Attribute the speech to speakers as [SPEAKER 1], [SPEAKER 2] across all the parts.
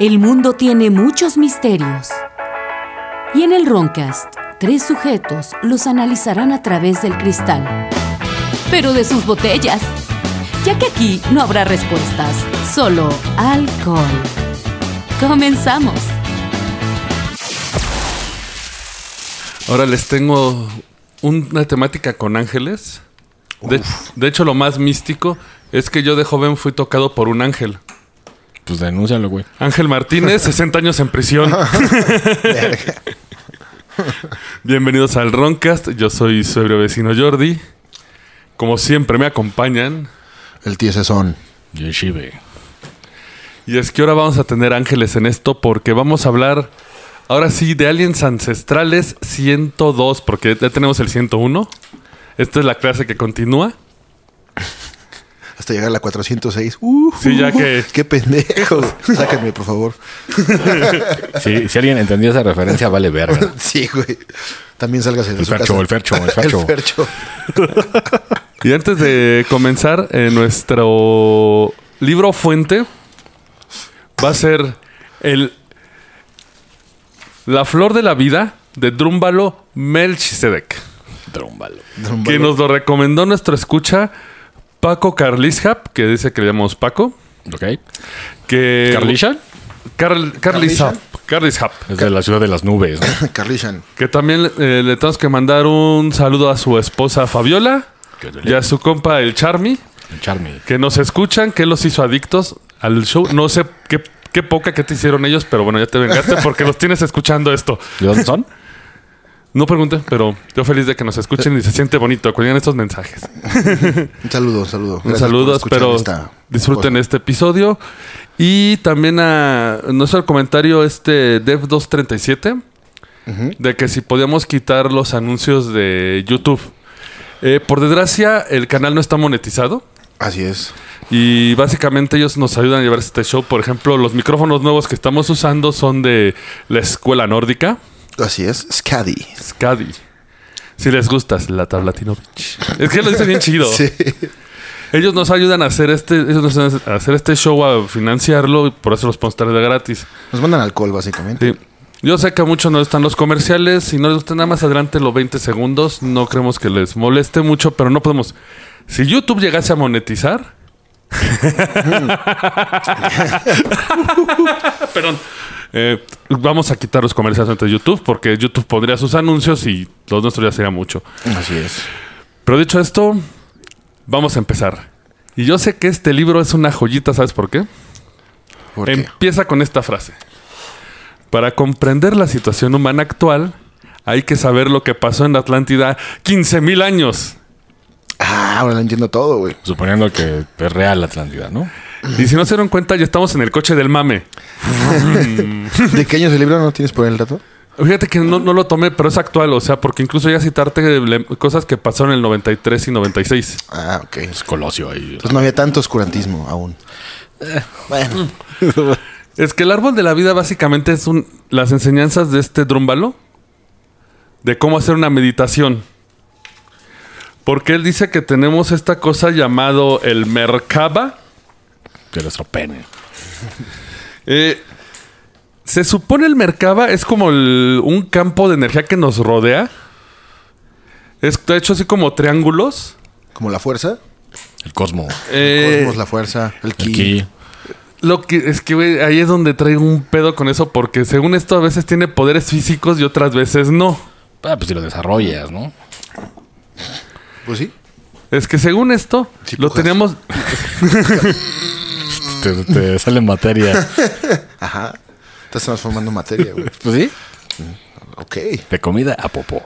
[SPEAKER 1] El mundo tiene muchos misterios. Y en el Roncast, tres sujetos los analizarán a través del cristal. Pero de sus botellas. Ya que aquí no habrá respuestas, solo alcohol. Comenzamos.
[SPEAKER 2] Ahora les tengo una temática con ángeles. De, de hecho, lo más místico es que yo de joven fui tocado por un ángel.
[SPEAKER 3] Pues denúncialo, güey.
[SPEAKER 2] Ángel Martínez, 60 años en prisión. Bienvenidos al Roncast. Yo soy su ebrio vecino Jordi. Como siempre, me acompañan.
[SPEAKER 4] El tiesesón.
[SPEAKER 3] Yeshive.
[SPEAKER 2] Y es que ahora vamos a tener ángeles en esto porque vamos a hablar ahora sí de aliens ancestrales 102, porque ya tenemos el 101. Esta es la clase que continúa.
[SPEAKER 4] Hasta llegar a la 406. Uh,
[SPEAKER 2] Sí, ya que-
[SPEAKER 4] ¡Qué pendejos! Sáquenme, por favor.
[SPEAKER 3] Sí, si alguien entendió esa referencia, vale verga.
[SPEAKER 4] Sí, güey. También sálgase de
[SPEAKER 3] El
[SPEAKER 4] su
[SPEAKER 3] fercho,
[SPEAKER 4] casa.
[SPEAKER 3] el fercho, el fercho.
[SPEAKER 4] El fercho.
[SPEAKER 2] Y antes de comenzar, eh, nuestro libro fuente va a ser el La Flor de la Vida de Drúmbalo Melchizedek,
[SPEAKER 3] Trómbalo.
[SPEAKER 2] que nos lo recomendó nuestro escucha Paco Carlishap, que dice que le llamamos Paco.
[SPEAKER 3] ¿Ok?
[SPEAKER 2] Que
[SPEAKER 3] ¿Carlisha?
[SPEAKER 2] Carl- Carlishap. Carlishap.
[SPEAKER 3] Eh, Es de la ciudad de las nubes, ¿no?
[SPEAKER 4] Carlishan.
[SPEAKER 2] Que también eh, le tenemos que mandar un saludo a su esposa Fabiola
[SPEAKER 3] Que duele.
[SPEAKER 2] y a su compa el Charmy.
[SPEAKER 3] El Charmy.
[SPEAKER 2] que nos escuchan, que los hizo adictos al show. No sé qué, qué poca que te hicieron ellos, pero bueno, ya te vengaste porque los tienes escuchando esto.
[SPEAKER 3] ¿De dónde son?
[SPEAKER 2] No pregunté, pero yo feliz de que nos escuchen y se siente bonito. Cuelgan estos mensajes.
[SPEAKER 4] Un saludo, un saludo.
[SPEAKER 2] Un
[SPEAKER 4] Gracias
[SPEAKER 2] saludo,
[SPEAKER 4] por escuchar
[SPEAKER 2] espero
[SPEAKER 4] esta
[SPEAKER 2] disfruten
[SPEAKER 4] cosa.
[SPEAKER 2] este episodio. Y también a nuestro comentario este Dev237, de que si podíamos quitar los anuncios de YouTube. Eh, por desgracia, el canal no está monetizado.
[SPEAKER 4] Así es.
[SPEAKER 2] Y básicamente ellos nos ayudan a llevar este show. Por ejemplo, los micrófonos nuevos que estamos usando son de la escuela nórdica,
[SPEAKER 4] Así es. Scadi.
[SPEAKER 2] Skadi. Si les gusta, la Latinovic. Es que lo dice bien chido.
[SPEAKER 4] Sí.
[SPEAKER 2] Ellos nos ayudan a hacer este, ellos nos ayudan a hacer este show, a financiarlo, y por eso los podemos traer de gratis.
[SPEAKER 4] Nos mandan alcohol, básicamente.
[SPEAKER 2] Sí. Yo sé que a muchos no están los comerciales, si no les gusta nada más adelante los 20 segundos, no creemos que les moleste mucho, pero no podemos. Si YouTube llegase a monetizar... Perdón. Eh, vamos a quitar los comerciales antes de YouTube porque YouTube pondría sus anuncios y los nuestros ya sería mucho.
[SPEAKER 4] Así es.
[SPEAKER 2] Pero dicho esto, vamos a empezar. Y yo sé que este libro es una joyita, ¿sabes por qué?
[SPEAKER 4] ¿Por
[SPEAKER 3] Em.
[SPEAKER 4] qué?
[SPEAKER 2] Empieza con esta frase. Para comprender la situación humana actual, hay que saber lo que pasó en la Atlántida 15.000 años.
[SPEAKER 4] Ah, ahora lo entiendo todo, güey.
[SPEAKER 3] Suponiendo que es real la Atlántida, ¿no?
[SPEAKER 2] Y si no se dieron cuenta, ya estamos en el coche del mame.
[SPEAKER 4] ¿De qué año es el libro? ¿No tienes por ahí el dato?
[SPEAKER 2] Fíjate que no, no lo tomé, pero es actual, o sea, porque incluso ya citarte le- cosas que pasaron en el 93 y 96.
[SPEAKER 4] Ah, ok.
[SPEAKER 3] Es Colosio ahí.
[SPEAKER 4] Pues no había tanto oscurantismo aún.
[SPEAKER 3] Eh, mm.
[SPEAKER 4] Bueno.
[SPEAKER 2] Es que el árbol de la vida básicamente es un, las enseñanzas de este drúmbalo de cómo hacer una meditación. Porque él dice que tenemos esta cosa llamado el Merkaba.
[SPEAKER 3] De nuestro pene.
[SPEAKER 2] Eh, se supone el Merkaba es como el- un campo de energía que nos rodea. Está hecho así como triángulos.
[SPEAKER 4] Como la fuerza.
[SPEAKER 3] El cosmo.
[SPEAKER 2] Eh,
[SPEAKER 4] Cosmos, la fuerza. El ki.
[SPEAKER 3] El ki.
[SPEAKER 2] Lo que es que güey, ahí es donde traigo un pedo con eso, porque según esto a veces tiene poderes físicos y otras veces no.
[SPEAKER 3] Ah, pues si lo desarrollas, ¿no?
[SPEAKER 4] Pues sí.
[SPEAKER 2] Es que según esto,
[SPEAKER 4] Sí,
[SPEAKER 2] lo
[SPEAKER 4] pujas.
[SPEAKER 2] teníamos.
[SPEAKER 3] Te, te sale materia.
[SPEAKER 4] Ajá. Estás transformando materia, güey.
[SPEAKER 3] Pues sí.
[SPEAKER 4] Ok.
[SPEAKER 3] De comida a popó.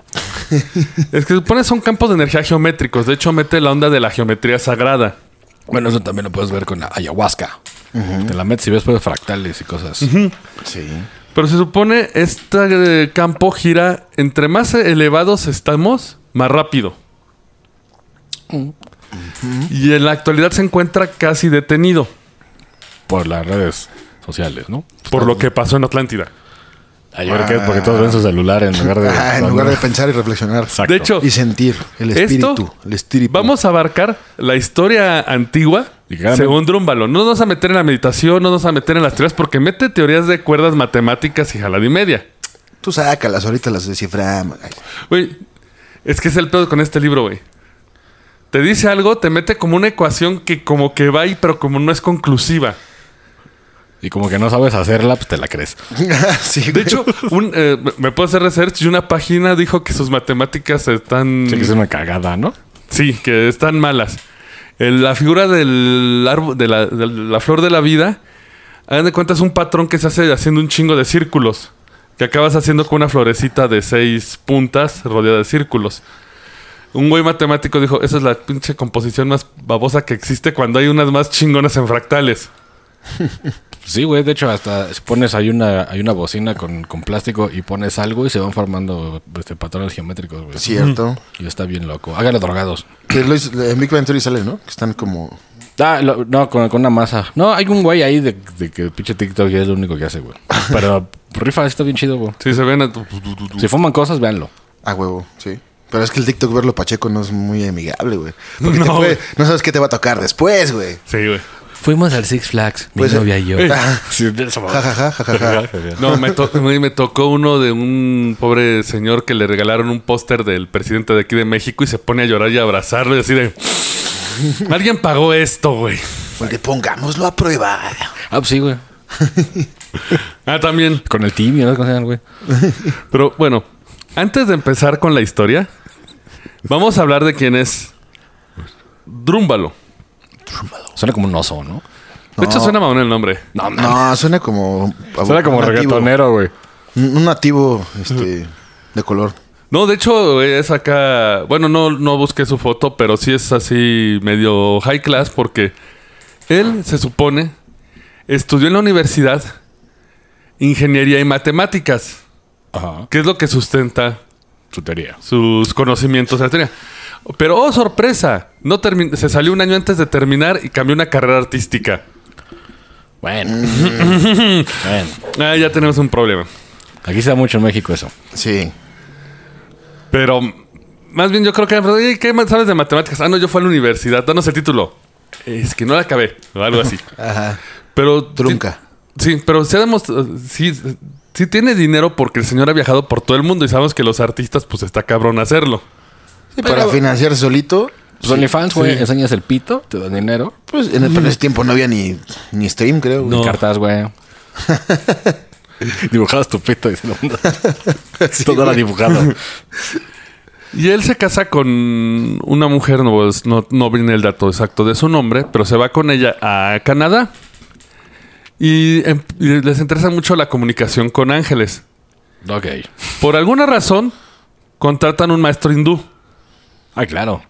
[SPEAKER 2] Es que supone son campos de energía geométricos. De hecho, mete la onda de la geometría sagrada.
[SPEAKER 3] Bueno, eso también lo puedes ver con la ayahuasca. Te la metes y ves pues, fractales y cosas.
[SPEAKER 4] Sí.
[SPEAKER 2] Pero se supone este eh, campo gira. Entre más elevados estamos, más rápido. Y en la actualidad se encuentra casi detenido
[SPEAKER 3] Por las redes sociales, ¿no?
[SPEAKER 2] por lo que pasó en Atlántida.
[SPEAKER 3] Ayer que porque todos ven su celular en lugar de.
[SPEAKER 4] Ah, en lugar de pensar y reflexionar.
[SPEAKER 3] Exacto.
[SPEAKER 2] De hecho,
[SPEAKER 4] Y sentir el
[SPEAKER 2] Esto-
[SPEAKER 4] espíritu. el espíritu.
[SPEAKER 2] vamos a abarcar la historia antigua
[SPEAKER 3] Y que cada vez-
[SPEAKER 2] Según Drúmbalo, no nos vamos a meter en la meditación, no nos vamos a meter en las teorías, porque mete teorías de cuerdas matemáticas y jalada y media.
[SPEAKER 4] Tú sácalas, ahorita las desciframos. Ay,
[SPEAKER 2] Güey, es que es el pedo con este libro, güey. Te dice algo, te mete como una ecuación que como que va y pero como no es conclusiva.
[SPEAKER 3] y como que no sabes hacerla, pues te la crees.
[SPEAKER 4] sí,
[SPEAKER 2] De
[SPEAKER 4] güey.
[SPEAKER 2] hecho, un, eh, me puedo hacer research y una página dijo que sus matemáticas están...
[SPEAKER 3] Sí, que es una cagada, ¿no?
[SPEAKER 2] Sí, que están malas. El- la figura del árbol, de la, de la flor de la vida, hagan de cuenta es un patrón que se hace haciendo un chingo de círculos. Que acabas haciendo con una florecita de seis puntas rodeada de círculos. Un güey matemático dijo, esa es la pinche composición más babosa que existe cuando hay unas más chingonas en fractales.
[SPEAKER 3] Sí, güey. De hecho, hasta si pones ahí una, hay una bocina con, con plástico y pones algo y se van formando este, patrones geométricos, güey.
[SPEAKER 4] Cierto.
[SPEAKER 3] Y está bien loco. Háganlo drogados.
[SPEAKER 4] Que lo hizo- en Big Bang Theory sale, ¿no? Que están como...
[SPEAKER 3] Ah, lo- no, con, con una masa. No, hay un güey ahí de, de que pinche TikTok ya es lo único que hace, güey. Pero rifa, está bien chido, güey.
[SPEAKER 2] Si se ven... a-
[SPEAKER 3] Si fuman cosas, véanlo.
[SPEAKER 4] A huevo, sí. Pero es que el TikTok verlo pacheco no es muy amigable, güey. Porque
[SPEAKER 2] No,
[SPEAKER 4] te puede-
[SPEAKER 2] güey.
[SPEAKER 4] no sabes qué te va a tocar después, güey.
[SPEAKER 2] Sí, güey.
[SPEAKER 3] Fuimos al Six Flags,
[SPEAKER 4] Pues, novia y
[SPEAKER 3] yo. Sí, de esa
[SPEAKER 4] Ja, ja, ja, ja, ja, ja.
[SPEAKER 2] No, me, to- güey, me tocó uno de un pobre señor que le regalaron un póster del presidente de aquí de México y se pone a llorar y a abrazarlo y así de... Alguien pagó esto, güey.
[SPEAKER 4] Porque pongámoslo a prueba.
[SPEAKER 3] Ah, pues sí, güey.
[SPEAKER 2] Ah, también.
[SPEAKER 3] Con el tibio, ¿no? ¿Cómo se llama, güey?
[SPEAKER 2] Pero bueno, antes de empezar con la historia, vamos a hablar de quién es Drúmbalo.
[SPEAKER 3] Suena como un oso, ¿no?
[SPEAKER 2] De hecho, suena mamón el nombre.
[SPEAKER 3] No, no.
[SPEAKER 4] No, suena como...
[SPEAKER 3] Suena como
[SPEAKER 4] un nativo.
[SPEAKER 3] reggaetonero, güey.
[SPEAKER 4] Un un nativo, este, de color.
[SPEAKER 2] No, de hecho, es acá. Bueno, no, no busqué su foto, pero sí es así medio high class porque él se supone estudió en la universidad ingeniería y matemáticas,
[SPEAKER 3] Ajá.
[SPEAKER 2] que es lo que sustenta
[SPEAKER 3] Su teoría.
[SPEAKER 2] sus conocimientos de la teoría. Pero, oh, sorpresa, no termi- se salió un año antes de terminar y cambió una carrera artística.
[SPEAKER 3] Bueno. Mm. bueno.
[SPEAKER 2] Ah, ya tenemos un problema.
[SPEAKER 3] Aquí se da mucho en México eso.
[SPEAKER 4] Sí.
[SPEAKER 2] Pero más bien yo creo que... "Oye, ¿Qué más sabes de matemáticas? Ah, no, yo fui a la universidad. Danos el título. Es que no la acabé. O algo así.
[SPEAKER 4] Ajá.
[SPEAKER 2] Pero...
[SPEAKER 4] Trunca.
[SPEAKER 2] Sí, sí, pero se ha demostrado... Sí, sí tiene dinero porque el señor ha viajado por todo el mundo y sabemos que los artistas pues está cabrón hacerlo.
[SPEAKER 4] Para financiar solito,
[SPEAKER 3] Pues OnlyFans, güey, enseñas el pito, te dan dinero,
[SPEAKER 4] pues en, el, pero en ese tiempo no había ni, ni stream, creo. güey.
[SPEAKER 2] No.
[SPEAKER 3] cartas, güey. Dibujabas tu pito y se lo mandas. Todo era dibujado.
[SPEAKER 2] Y él se casa con una mujer, no, pues, no, no viene el dato exacto de su nombre, pero se va con ella a Canadá. Y, em- y les interesa mucho la comunicación con ángeles.
[SPEAKER 3] ok.
[SPEAKER 2] Por alguna razón, contratan un maestro hindú.
[SPEAKER 3] Ah, claro.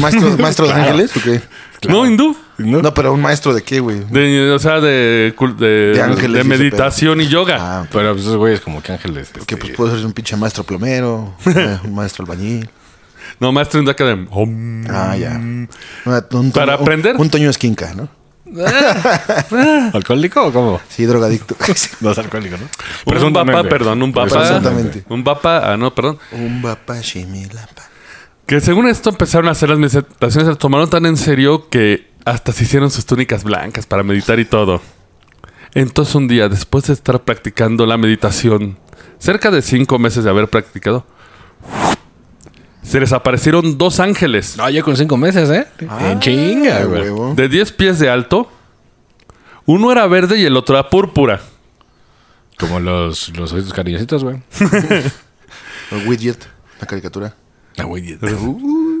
[SPEAKER 4] ¿Maestro, maestro de ángeles o qué?
[SPEAKER 3] Claro.
[SPEAKER 2] No hindú.
[SPEAKER 3] No.
[SPEAKER 4] No, pero un maestro de qué, güey.
[SPEAKER 2] De- o sea, de, cul- de,
[SPEAKER 4] De ángeles
[SPEAKER 2] de
[SPEAKER 4] y ese
[SPEAKER 2] meditación y yoga.
[SPEAKER 4] Ah,
[SPEAKER 3] Pero pues, esos güeyes como que ángeles.
[SPEAKER 4] que
[SPEAKER 3] este,
[SPEAKER 4] pues puede ser un pinche maestro plomero, eh, un maestro albañil.
[SPEAKER 2] No, maestro hindú acá de... Om.
[SPEAKER 4] Ah, ya. Una- un
[SPEAKER 2] Mm. Para
[SPEAKER 4] un-
[SPEAKER 2] aprender.
[SPEAKER 4] Un, Toño Esquinca, ¿no?
[SPEAKER 3] ¿Alcohólico o cómo?
[SPEAKER 4] Sí, drogadicto.
[SPEAKER 3] No es alcohólico, ¿no?
[SPEAKER 2] Pues Un papá,
[SPEAKER 3] Presuntamente.
[SPEAKER 2] perdón, un papá.
[SPEAKER 4] Presuntamente.
[SPEAKER 2] Un papá, ah, no, perdón.
[SPEAKER 4] un papá shimilapa.
[SPEAKER 2] Que según esto empezaron a hacer las meditaciones, se las tomaron tan en serio que hasta se hicieron sus túnicas blancas para meditar y todo. Entonces un día, después de estar practicando la meditación, cerca de cinco meses de haber practicado, se les aparecieron dos ángeles
[SPEAKER 3] No, yo con cinco meses, ¿eh? en chinga,
[SPEAKER 4] Ah,
[SPEAKER 3] güey.
[SPEAKER 4] huevo.
[SPEAKER 2] de 10 pies de alto. Uno era verde y el otro era púrpura.
[SPEAKER 3] Como los, los ojitos cariñositos, güey.
[SPEAKER 4] El widget, la caricatura.
[SPEAKER 3] Ah, güey.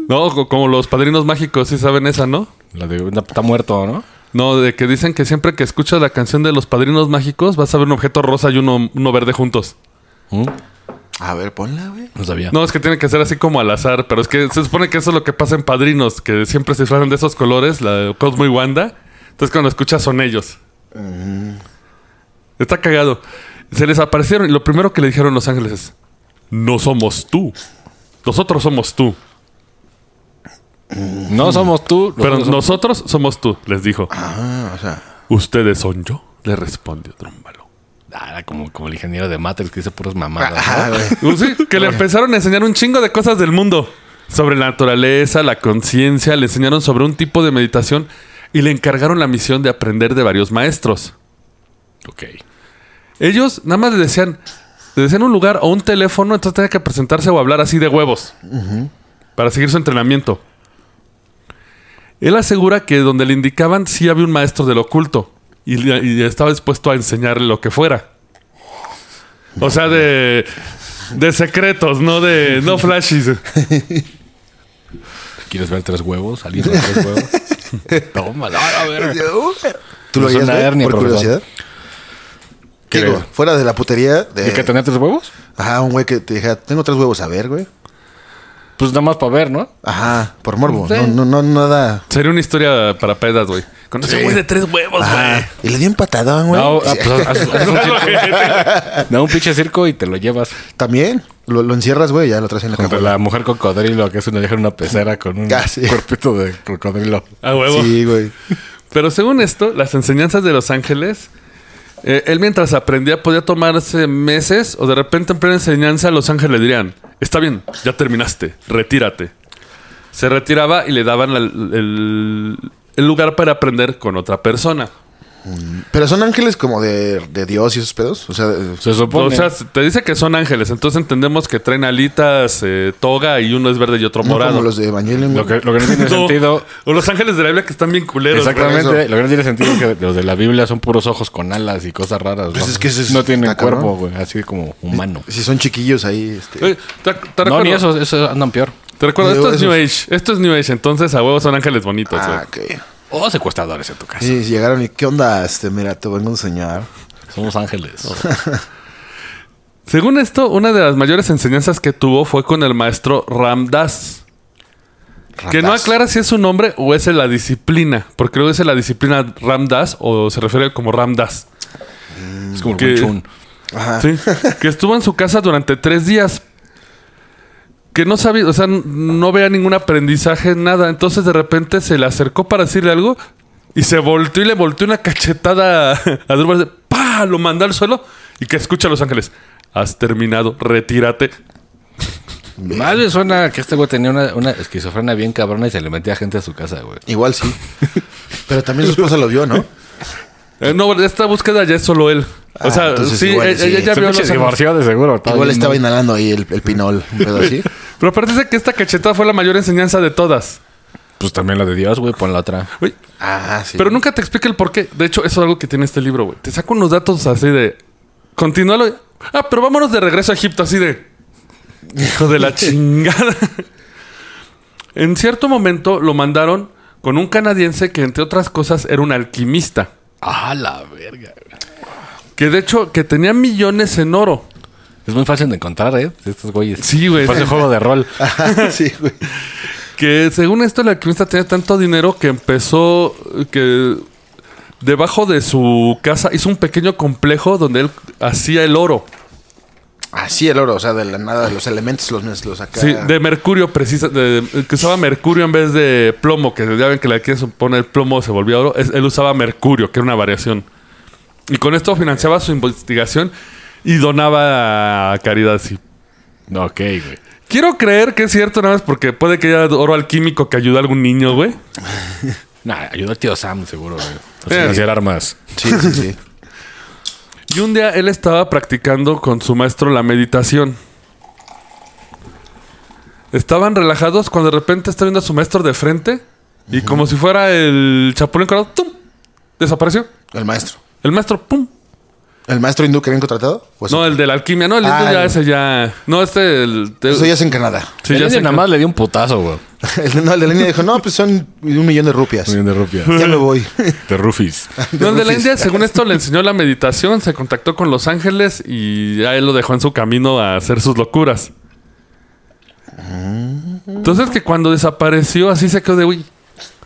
[SPEAKER 2] No, co- como los padrinos mágicos, sí saben esa, ¿no?
[SPEAKER 3] La de no, está muerto, ¿no?
[SPEAKER 2] No, de que dicen que siempre que escuchas la canción de los padrinos mágicos, vas a ver un objeto rosa y uno, uno verde juntos.
[SPEAKER 3] ¿Mm?
[SPEAKER 4] A ver, ponla, güey.
[SPEAKER 3] No sabía.
[SPEAKER 2] No, es que tiene que ser así como al azar, pero es que se supone que eso es lo que pasa en Padrinos, que siempre se disfrazan de esos colores, la Cosmo y Wanda. Entonces cuando escuchas son ellos.
[SPEAKER 4] Mm.
[SPEAKER 2] Está cagado. Se les aparecieron y lo primero que le dijeron los ángeles es, no somos tú. Nosotros somos tú.
[SPEAKER 3] No somos tú.
[SPEAKER 2] Pero
[SPEAKER 3] nosotros
[SPEAKER 2] nosotros somos tú, les dijo.
[SPEAKER 4] Ah, o sea,
[SPEAKER 2] Ustedes son yo, le respondió Drúmbalo.
[SPEAKER 3] somos- Ah, era como, como el ingeniero de Matrix que dice puras mamadas.
[SPEAKER 4] ah,
[SPEAKER 3] ¿no?
[SPEAKER 4] güey.
[SPEAKER 2] Uh, sí, que le empezaron a enseñar un chingo de cosas del mundo. Sobre la naturaleza, la conciencia, le enseñaron sobre un tipo de meditación. y le encargaron la misión de aprender de varios maestros.
[SPEAKER 3] Ok.
[SPEAKER 2] Ellos nada más le decían, le decían un lugar o un teléfono, entonces tenía que presentarse o hablar así de huevos para seguir su entrenamiento. Él asegura que donde le indicaban sí había un maestro del oculto y, le- y estaba dispuesto a enseñarle lo que fuera. O sea, de, de secretos, no de no flashes.
[SPEAKER 3] ¿Quieres ver tres huevos? ¿Alguien ve tres huevos? Toma, a ver.
[SPEAKER 4] ¿Tú lo
[SPEAKER 3] Es
[SPEAKER 4] harías,
[SPEAKER 3] una
[SPEAKER 4] güey,
[SPEAKER 3] hernia,
[SPEAKER 4] por
[SPEAKER 3] profesor.
[SPEAKER 4] curiosidad?
[SPEAKER 3] ¿Qué,
[SPEAKER 4] Digo,
[SPEAKER 3] güey?
[SPEAKER 4] fuera de la putería de...
[SPEAKER 3] ¿Y que tener tres huevos?
[SPEAKER 4] Ajá, un güey que te dijera, tengo tres huevos a ver, güey.
[SPEAKER 3] Pues nada más para ver, ¿no?
[SPEAKER 4] Ajá, por morbo.
[SPEAKER 3] Sí.
[SPEAKER 4] No, no, no, nada.
[SPEAKER 2] Sería una historia para pedas, güey. Con ese
[SPEAKER 4] Sí.
[SPEAKER 2] güey de tres huevos, güey.
[SPEAKER 4] Ajá. Y le dio empatadón, güey.
[SPEAKER 3] No, ah, pues, haz- haz- haz un circo. No, un pinche circo y te lo llevas.
[SPEAKER 4] También. Lo, lo encierras, güey, ya lo traes en la
[SPEAKER 3] Contra
[SPEAKER 4] cajuela.
[SPEAKER 3] la mujer cocodrilo, que es una vieja en una pecera con un
[SPEAKER 4] Ah, sí.
[SPEAKER 3] cuerpito de cocodrilo.
[SPEAKER 2] A huevo.
[SPEAKER 4] Sí, güey.
[SPEAKER 2] Pero según esto, las enseñanzas de Los Ángeles, eh, él mientras aprendía podía tomarse meses o de repente en plena enseñanza Los Ángeles le dirían, está bien, ya terminaste, retírate. Se retiraba y le daban la- el, el lugar para aprender con otra persona.
[SPEAKER 4] Pero son ángeles como de, de Dios y esos pedos. O sea, eh,
[SPEAKER 3] Se supone.
[SPEAKER 2] O sea, te dice que son ángeles, entonces entendemos que traen alitas, eh, toga y uno es verde y otro
[SPEAKER 4] no
[SPEAKER 2] morado.
[SPEAKER 4] como los de Evangelion.
[SPEAKER 3] lo,
[SPEAKER 4] güey.
[SPEAKER 3] que, lo que no tiene
[SPEAKER 2] No.
[SPEAKER 3] sentido.
[SPEAKER 2] O los ángeles de la Biblia que están bien culeros. güey.
[SPEAKER 4] por
[SPEAKER 3] Exactamente.
[SPEAKER 4] eso.
[SPEAKER 3] Lo que no tiene sentido es que los de la Biblia son puros ojos con alas y cosas raras.
[SPEAKER 4] Pues
[SPEAKER 3] ¿no?
[SPEAKER 4] es que ese es-
[SPEAKER 3] no tienen
[SPEAKER 4] está cabrón.
[SPEAKER 3] cuerpo, güey. Así como humano.
[SPEAKER 4] Si son chiquillos ahí, este...
[SPEAKER 2] Oye, ¿Te, te
[SPEAKER 3] No, ni
[SPEAKER 2] recuerdo-
[SPEAKER 3] esos, esos andan peor.
[SPEAKER 2] Te recuerdo,
[SPEAKER 4] Digo,
[SPEAKER 2] esto es
[SPEAKER 4] esos-
[SPEAKER 2] New Age. Esto es New Age, entonces a huevos son ángeles bonitos. güey.
[SPEAKER 4] ah, ok.
[SPEAKER 3] O secuestradores en tu casa.
[SPEAKER 4] Sí, llegaron y, ¿qué onda? Este, mira, te vengo a enseñar.
[SPEAKER 3] Somos ángeles.
[SPEAKER 2] Según esto, una de las mayores enseñanzas que tuvo fue con el maestro Ramdas. Que no
[SPEAKER 4] Ratas.
[SPEAKER 2] aclara si es su nombre o es la disciplina. Porque luego dice la disciplina Ramdas o se refiere como Ramdas.
[SPEAKER 3] Es como
[SPEAKER 2] Que-
[SPEAKER 3] el Wing Chun.
[SPEAKER 4] Ajá.
[SPEAKER 2] Sí. que estuvo en su casa durante tres días. Que no sabía, o sea, n- no vea ningún aprendizaje, nada. Entonces de repente se le acercó para decirle algo y se volteó y le volteó una cachetada a Drew Barrymore. ¡Pah! Lo mandó al suelo y que escucha a Los Ángeles. Has terminado, retírate.
[SPEAKER 3] Más me suena que este güey tenía una, una esquizofrenia bien cabrona y se le metía gente a su casa, güey.
[SPEAKER 4] Igual sí. Pero también su esposa lo vio, ¿no?
[SPEAKER 2] Eh, no, esta búsqueda ya es solo él.
[SPEAKER 4] Ah,
[SPEAKER 2] o sea,
[SPEAKER 4] entonces
[SPEAKER 2] sí,
[SPEAKER 4] igual
[SPEAKER 2] eh,
[SPEAKER 4] sí.
[SPEAKER 2] ella ya
[SPEAKER 4] Se
[SPEAKER 2] vio a Los
[SPEAKER 3] Se
[SPEAKER 2] Ángeles.
[SPEAKER 3] divorció de seguro.
[SPEAKER 4] Igual
[SPEAKER 3] bien,
[SPEAKER 4] estaba
[SPEAKER 3] ¿no?
[SPEAKER 4] inhalando ahí el, el pinol, un pedo así.
[SPEAKER 2] Pero aparte dice que esta cachetada fue la mayor enseñanza de todas.
[SPEAKER 3] Pues también la de Dios, güey, pon la otra.
[SPEAKER 2] Uy,
[SPEAKER 4] Ah, sí.
[SPEAKER 2] Pero nunca te explica el por qué. De hecho, eso es algo que tiene este libro, güey. Te saca unos datos así de. Continúalo. Ah, pero vámonos de regreso a Egipto, así de. Hijo de la chingada. en cierto momento lo mandaron con un canadiense que, entre otras cosas, era un alquimista.
[SPEAKER 3] Ah, la verga. güey.
[SPEAKER 2] Que de hecho, que tenía millones en oro.
[SPEAKER 3] Es muy fácil de encontrar, ¿eh? Estos güeyes.
[SPEAKER 2] Sí, güey.
[SPEAKER 3] Parece juego de rol.
[SPEAKER 4] Ajá, sí, güey.
[SPEAKER 2] Que según esto, el alquimista tenía tanto dinero que empezó. que debajo de su casa hizo un pequeño complejo donde él hacía el oro.
[SPEAKER 4] Así el oro, o sea, de la nada, los elementos los, mes- los acá.
[SPEAKER 2] Sí, de mercurio precisa, de- de- que usaba mercurio en vez de plomo, que ya ven que la quien supone el plomo se volvía oro, es- él usaba mercurio, que era una variación. Y con esto financiaba su investigación y donaba a caridad, sí.
[SPEAKER 3] No, ok, güey.
[SPEAKER 2] Quiero creer que es cierto nada más porque puede que haya oro alquímico que ayude a algún niño, güey.
[SPEAKER 3] Nah, ayudó al tío Sam, seguro, güey. A
[SPEAKER 2] Eh.
[SPEAKER 3] financiar armas.
[SPEAKER 4] Sí, sí, sí.
[SPEAKER 2] Y un día él estaba practicando con su maestro la meditación. Estaban relajados cuando de repente está viendo a su maestro de frente y como si fuera el chapulín colorado, ¡tum! Desapareció.
[SPEAKER 4] El maestro.
[SPEAKER 2] El maestro, ¡pum!
[SPEAKER 4] ¿El maestro hindú que habían contratado? Pues,
[SPEAKER 2] No, el de la alquimia, no, el
[SPEAKER 4] Ah,
[SPEAKER 2] hindú ya
[SPEAKER 4] el-
[SPEAKER 2] ese ya. No, este el.
[SPEAKER 4] Eso ya es en Canadá.
[SPEAKER 2] Sí,
[SPEAKER 3] el
[SPEAKER 2] ya
[SPEAKER 3] indio
[SPEAKER 2] sé
[SPEAKER 3] nada
[SPEAKER 2] que-
[SPEAKER 3] más le dio un putazo, güey.
[SPEAKER 4] El, de- no, el de la India dijo, no, pues son un millón de rupias.
[SPEAKER 3] Bien de rupias.
[SPEAKER 4] Ya me voy.
[SPEAKER 3] De rufis.
[SPEAKER 2] No, el de la India, según esto, le enseñó la meditación, se contactó con Los Ángeles y ya él lo dejó en su camino a hacer sus locuras. Entonces que cuando desapareció, así se quedó de uy.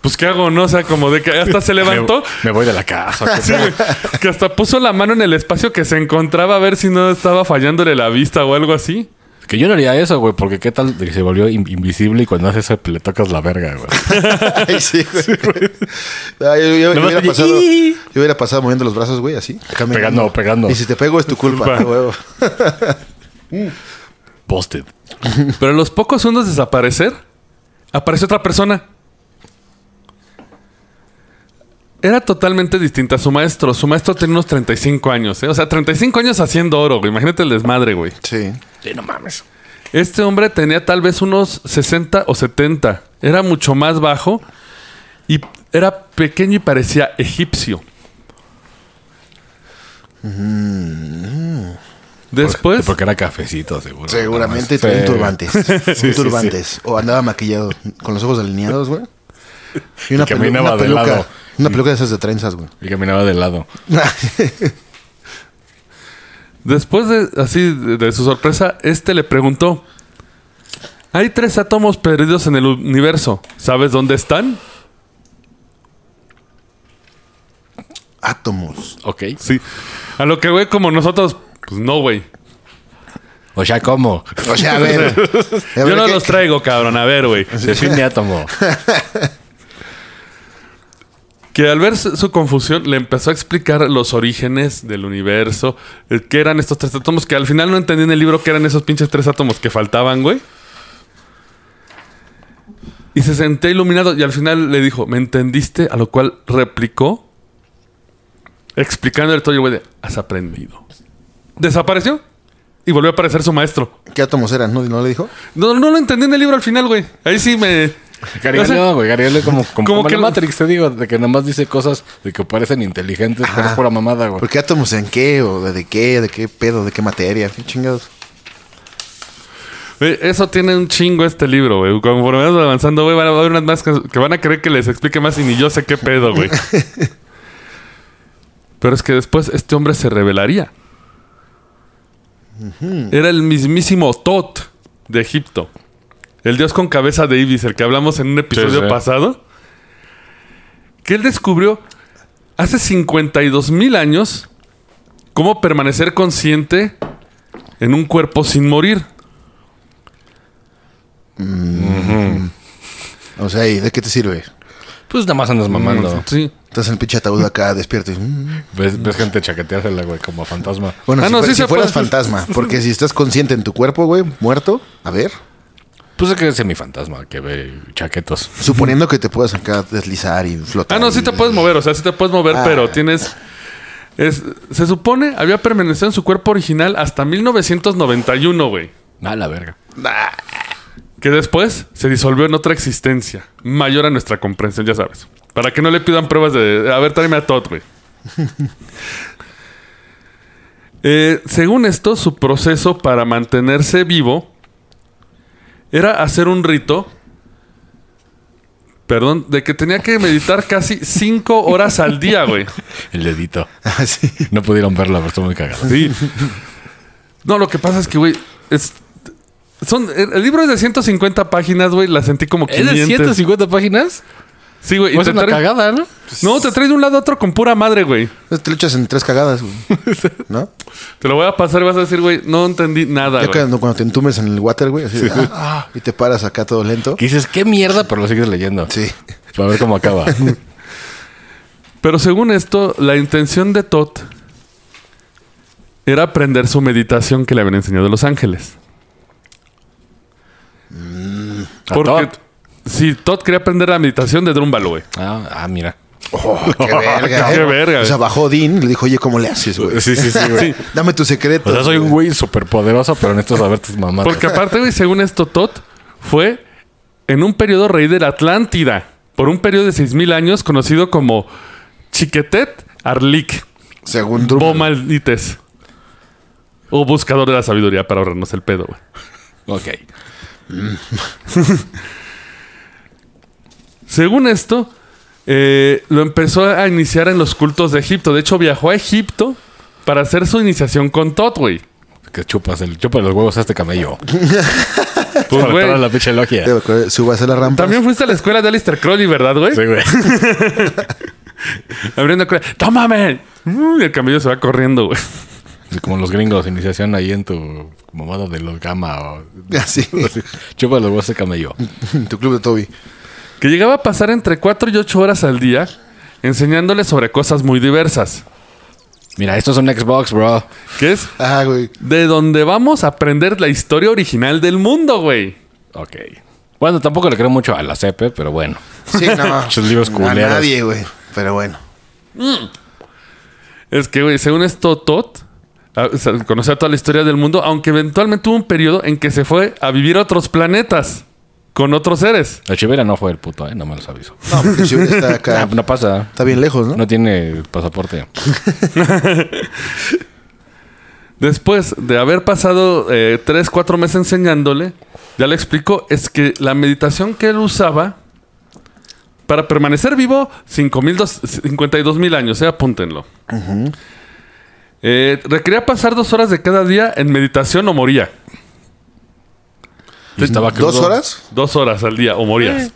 [SPEAKER 2] Pues qué hago, ¿no? O sea, como de que hasta se levantó,
[SPEAKER 3] Me, me voy de la casa.
[SPEAKER 2] sí, güey, que hasta puso la mano en el espacio que se encontraba a ver si no estaba fallándole la vista o algo así.
[SPEAKER 3] Que yo no haría eso, güey, porque qué tal de que se volvió in- invisible y cuando haces eso le tocas la verga, güey.
[SPEAKER 4] Ay, sí, güey. Ah, yo, yo- yo
[SPEAKER 3] Nomás
[SPEAKER 4] hubiera
[SPEAKER 3] te-
[SPEAKER 4] pasado, yo hubiera pasado moviendo los brazos, güey, así. caminando.
[SPEAKER 3] Pegando, pegando.
[SPEAKER 4] Y si te pego es tu culpa,
[SPEAKER 2] Culpa.
[SPEAKER 4] huevo.
[SPEAKER 3] Posted.
[SPEAKER 2] Pero a los pocos segundos de desaparecer, apareció otra persona. Era totalmente distinta a su maestro. Su maestro tenía unos 35 años, ¿eh? O sea, 35 años haciendo oro, güey. Imagínate el desmadre, güey.
[SPEAKER 4] Sí.
[SPEAKER 3] Sí, no mames.
[SPEAKER 2] Este hombre tenía tal vez unos 60 o 70. Era mucho más bajo y era pequeño y parecía egipcio. Después,
[SPEAKER 3] Porque era cafecito, seguro.
[SPEAKER 4] Seguramente
[SPEAKER 3] Nada más.
[SPEAKER 4] tenía
[SPEAKER 3] Sí.
[SPEAKER 4] turbantes.
[SPEAKER 3] sí, sí.
[SPEAKER 4] un turbantes. O andaba maquillado con los ojos alineados, güey. Y una,
[SPEAKER 3] Y
[SPEAKER 4] pelu-
[SPEAKER 3] caminaba
[SPEAKER 4] una
[SPEAKER 3] de
[SPEAKER 4] peluca.
[SPEAKER 3] lado.
[SPEAKER 4] Una peluca de esas de trenzas, güey.
[SPEAKER 3] Y caminaba de lado.
[SPEAKER 2] después de así de, de su sorpresa, este le preguntó: Hay tres átomos perdidos en el universo. ¿Sabes dónde están?
[SPEAKER 4] Átomos.
[SPEAKER 3] Ok.
[SPEAKER 2] Sí. A lo que güey, como nosotros, pues no, güey.
[SPEAKER 3] O sea, ¿cómo?
[SPEAKER 4] O sea, a ver. a
[SPEAKER 2] Yo
[SPEAKER 4] ver,
[SPEAKER 2] no
[SPEAKER 4] ¿qué-
[SPEAKER 2] los traigo, cabrón. A ver, güey.
[SPEAKER 3] Define átomo.
[SPEAKER 2] Que al ver su su confusión le empezó a explicar los orígenes del universo, eh, qué eran estos tres átomos, que al final no entendí en el libro qué eran esos pinches tres átomos que faltaban, güey. Y se senté iluminado y al final le dijo, ¿me entendiste? A lo cual replicó, explicando el todo, y el güey, de, has aprendido. Desapareció y volvió a aparecer su maestro.
[SPEAKER 4] ¿Qué átomos eran? ¿No, ¿No le dijo?
[SPEAKER 2] No, no lo entendí en el libro al final, güey. Ahí sí me...
[SPEAKER 3] Gary
[SPEAKER 2] O sea,
[SPEAKER 3] no, güey. Gary es como, como,
[SPEAKER 2] Como
[SPEAKER 3] como
[SPEAKER 2] que
[SPEAKER 3] la
[SPEAKER 2] lo-
[SPEAKER 3] Matrix, te digo, de que nomás dice cosas de que parecen inteligentes,
[SPEAKER 2] Ah,
[SPEAKER 3] pero es pura mamada, güey.
[SPEAKER 4] ¿Por qué átomos en qué? ¿O de, de qué? ¿De qué pedo? ¿De qué materia? ¿Qué chingados?
[SPEAKER 2] Güey, Eso tiene un chingo este libro, güey. Conforme vamos avanzando, güey, van a va a haber unas más que que van a creer que les explique más y ni yo sé qué pedo, güey. Pero es que después este hombre se revelaría. Era el mismísimo Tot de Egipto. El dios con cabeza de Ibis, el que hablamos en un episodio
[SPEAKER 3] sí.
[SPEAKER 2] pasado. Que él descubrió hace 52 mil años cómo permanecer consciente en un cuerpo sin morir.
[SPEAKER 4] O sea, ¿y de qué te sirve?
[SPEAKER 3] Pues nada más andas mamando.
[SPEAKER 2] Sí.
[SPEAKER 4] Estás en el pinche ataúd acá despierto y... mm.
[SPEAKER 3] Ves, ves gente chaqueteársela, güey, como fantasma.
[SPEAKER 4] Bueno,
[SPEAKER 2] Ah,
[SPEAKER 4] si,
[SPEAKER 2] no,
[SPEAKER 4] fuera-
[SPEAKER 2] sí
[SPEAKER 4] si
[SPEAKER 2] se
[SPEAKER 4] fueras
[SPEAKER 2] puede.
[SPEAKER 4] fantasma. Porque si estás consciente en tu cuerpo, güey, muerto, a ver...
[SPEAKER 3] Pues es que es mi fantasma que ve chaquetos.
[SPEAKER 4] Suponiendo que te puedas acá deslizar y flotar.
[SPEAKER 2] Ah, no, sí
[SPEAKER 4] y-
[SPEAKER 2] te puedes mover, o sea, sí te puedes mover,
[SPEAKER 4] Ah.
[SPEAKER 2] pero tienes. es- se supone había permanecido en su cuerpo original hasta 1991, güey.
[SPEAKER 3] A la verga.
[SPEAKER 2] Que después se disolvió en otra existencia, mayor a nuestra comprensión, ya sabes. Para que no le pidan pruebas de. A ver, tráeme a Todd, güey. Eh, según esto, su proceso para mantenerse vivo era hacer un rito. Perdón, de que tenía que meditar casi cinco horas al día, güey.
[SPEAKER 3] El dedito.
[SPEAKER 4] Ah, sí.
[SPEAKER 3] No pudieron verla, pero estoy muy cagado.
[SPEAKER 2] Sí. No, lo que pasa es que, güey, es. Son, el el libro es de 150 páginas, güey. La sentí como 500.
[SPEAKER 3] páginas?
[SPEAKER 2] Sí, güey. y
[SPEAKER 3] Pues
[SPEAKER 2] te
[SPEAKER 3] es una
[SPEAKER 2] trae-
[SPEAKER 3] cagada, ¿no?
[SPEAKER 2] No, te trae de un lado a otro con pura madre, güey.
[SPEAKER 4] Entonces Pues, Te lo echas en tres cagadas, güey. ¿No?
[SPEAKER 2] Te lo voy a pasar y vas a decir, güey, no entendí nada,
[SPEAKER 4] Ya
[SPEAKER 2] güey.
[SPEAKER 4] cuando, cuando te entumes en el water, güey, así, ah, ah, y te paras acá todo lento.
[SPEAKER 3] Que dices, qué mierda, pero lo sigues leyendo.
[SPEAKER 4] Sí.
[SPEAKER 3] Para ver cómo acaba.
[SPEAKER 2] Pero según esto, la intención de Todd era aprender su meditación que le habían enseñado los ángeles.
[SPEAKER 3] Mm, ¿A
[SPEAKER 2] Porque
[SPEAKER 3] Todd?
[SPEAKER 2] si Todd quería aprender la meditación de Drúmbalo, güey.
[SPEAKER 3] Ah, ah, mira.
[SPEAKER 4] Oh, qué verga,
[SPEAKER 2] Qué
[SPEAKER 4] eh.
[SPEAKER 2] verga,
[SPEAKER 4] O sea,
[SPEAKER 2] güey.
[SPEAKER 4] bajó Dean y le dijo, oye, ¿cómo le haces, güey?
[SPEAKER 3] Sí, sí, sí, güey.
[SPEAKER 4] Dame tu secreto.
[SPEAKER 3] O sea, soy un güey súper poderoso, pero necesito saber tus mamás.
[SPEAKER 2] Porque aparte, güey, según esto, Todd fue en un periodo rey de la Atlántida. Por un periodo de 6.000 años conocido como Chiquetet Arlik.
[SPEAKER 4] Según
[SPEAKER 2] O
[SPEAKER 4] Drummond.
[SPEAKER 2] maldites. O buscador de la sabiduría para ahorrarnos el pedo, güey.
[SPEAKER 3] Ok.
[SPEAKER 2] Según esto, eh, lo empezó a iniciar en los cultos de Egipto. De hecho, viajó a Egipto para hacer su iniciación con Todd, güey.
[SPEAKER 3] Que chupas el chupa los huevos a este camello.
[SPEAKER 2] Pues,
[SPEAKER 3] para
[SPEAKER 2] güey,
[SPEAKER 3] entrar a la pinche logia.
[SPEAKER 4] Debe correr- Subas a la rampa.
[SPEAKER 2] También fuiste a la escuela de Alistair Crowley, ¿verdad, güey?
[SPEAKER 3] Sí, güey.
[SPEAKER 2] Abriendo escuela. ¡Tómame! Mm, Y el camello se va corriendo, güey.
[SPEAKER 3] Sí, Como los gringos, iniciación ahí en tu mamada de los gama. O...
[SPEAKER 4] Así.
[SPEAKER 3] Chupa los huevos a este camello.
[SPEAKER 4] En tu club de Toby.
[SPEAKER 2] Que llegaba a pasar entre 4 y 8 horas al día enseñándole sobre cosas muy diversas.
[SPEAKER 3] Mira, esto es un Xbox, bro.
[SPEAKER 2] Que es
[SPEAKER 4] Ah, güey.
[SPEAKER 2] de donde vamos a aprender la historia original del mundo, güey.
[SPEAKER 3] Ok. Bueno, tampoco le creo mucho a la CP, pero bueno.
[SPEAKER 4] Sí, no.
[SPEAKER 3] Muchos libros
[SPEAKER 4] A
[SPEAKER 3] culeros.
[SPEAKER 4] nadie, güey. Pero bueno.
[SPEAKER 2] Es que, güey, según esto, Tot ah, o sea, conocía toda la historia del mundo, aunque eventualmente hubo un periodo en que se fue a vivir a otros planetas con otros seres.
[SPEAKER 3] La chivera no fue el puto, ¿eh? No me los aviso.
[SPEAKER 4] Porque Shuri está acá.
[SPEAKER 3] Ah, No pasa.
[SPEAKER 4] Está bien lejos, ¿no?
[SPEAKER 3] No tiene pasaporte.
[SPEAKER 2] Después de haber pasado eh, tres, cuatro meses enseñándole, ya le explico, es que la meditación que él usaba para permanecer vivo, 52 mil años, eh, apúntenlo. Eh, requería pasar dos horas de cada día en meditación o moría.
[SPEAKER 3] Y estaba crudo.
[SPEAKER 4] ¿Dos horas?
[SPEAKER 2] Dos horas al día o morías.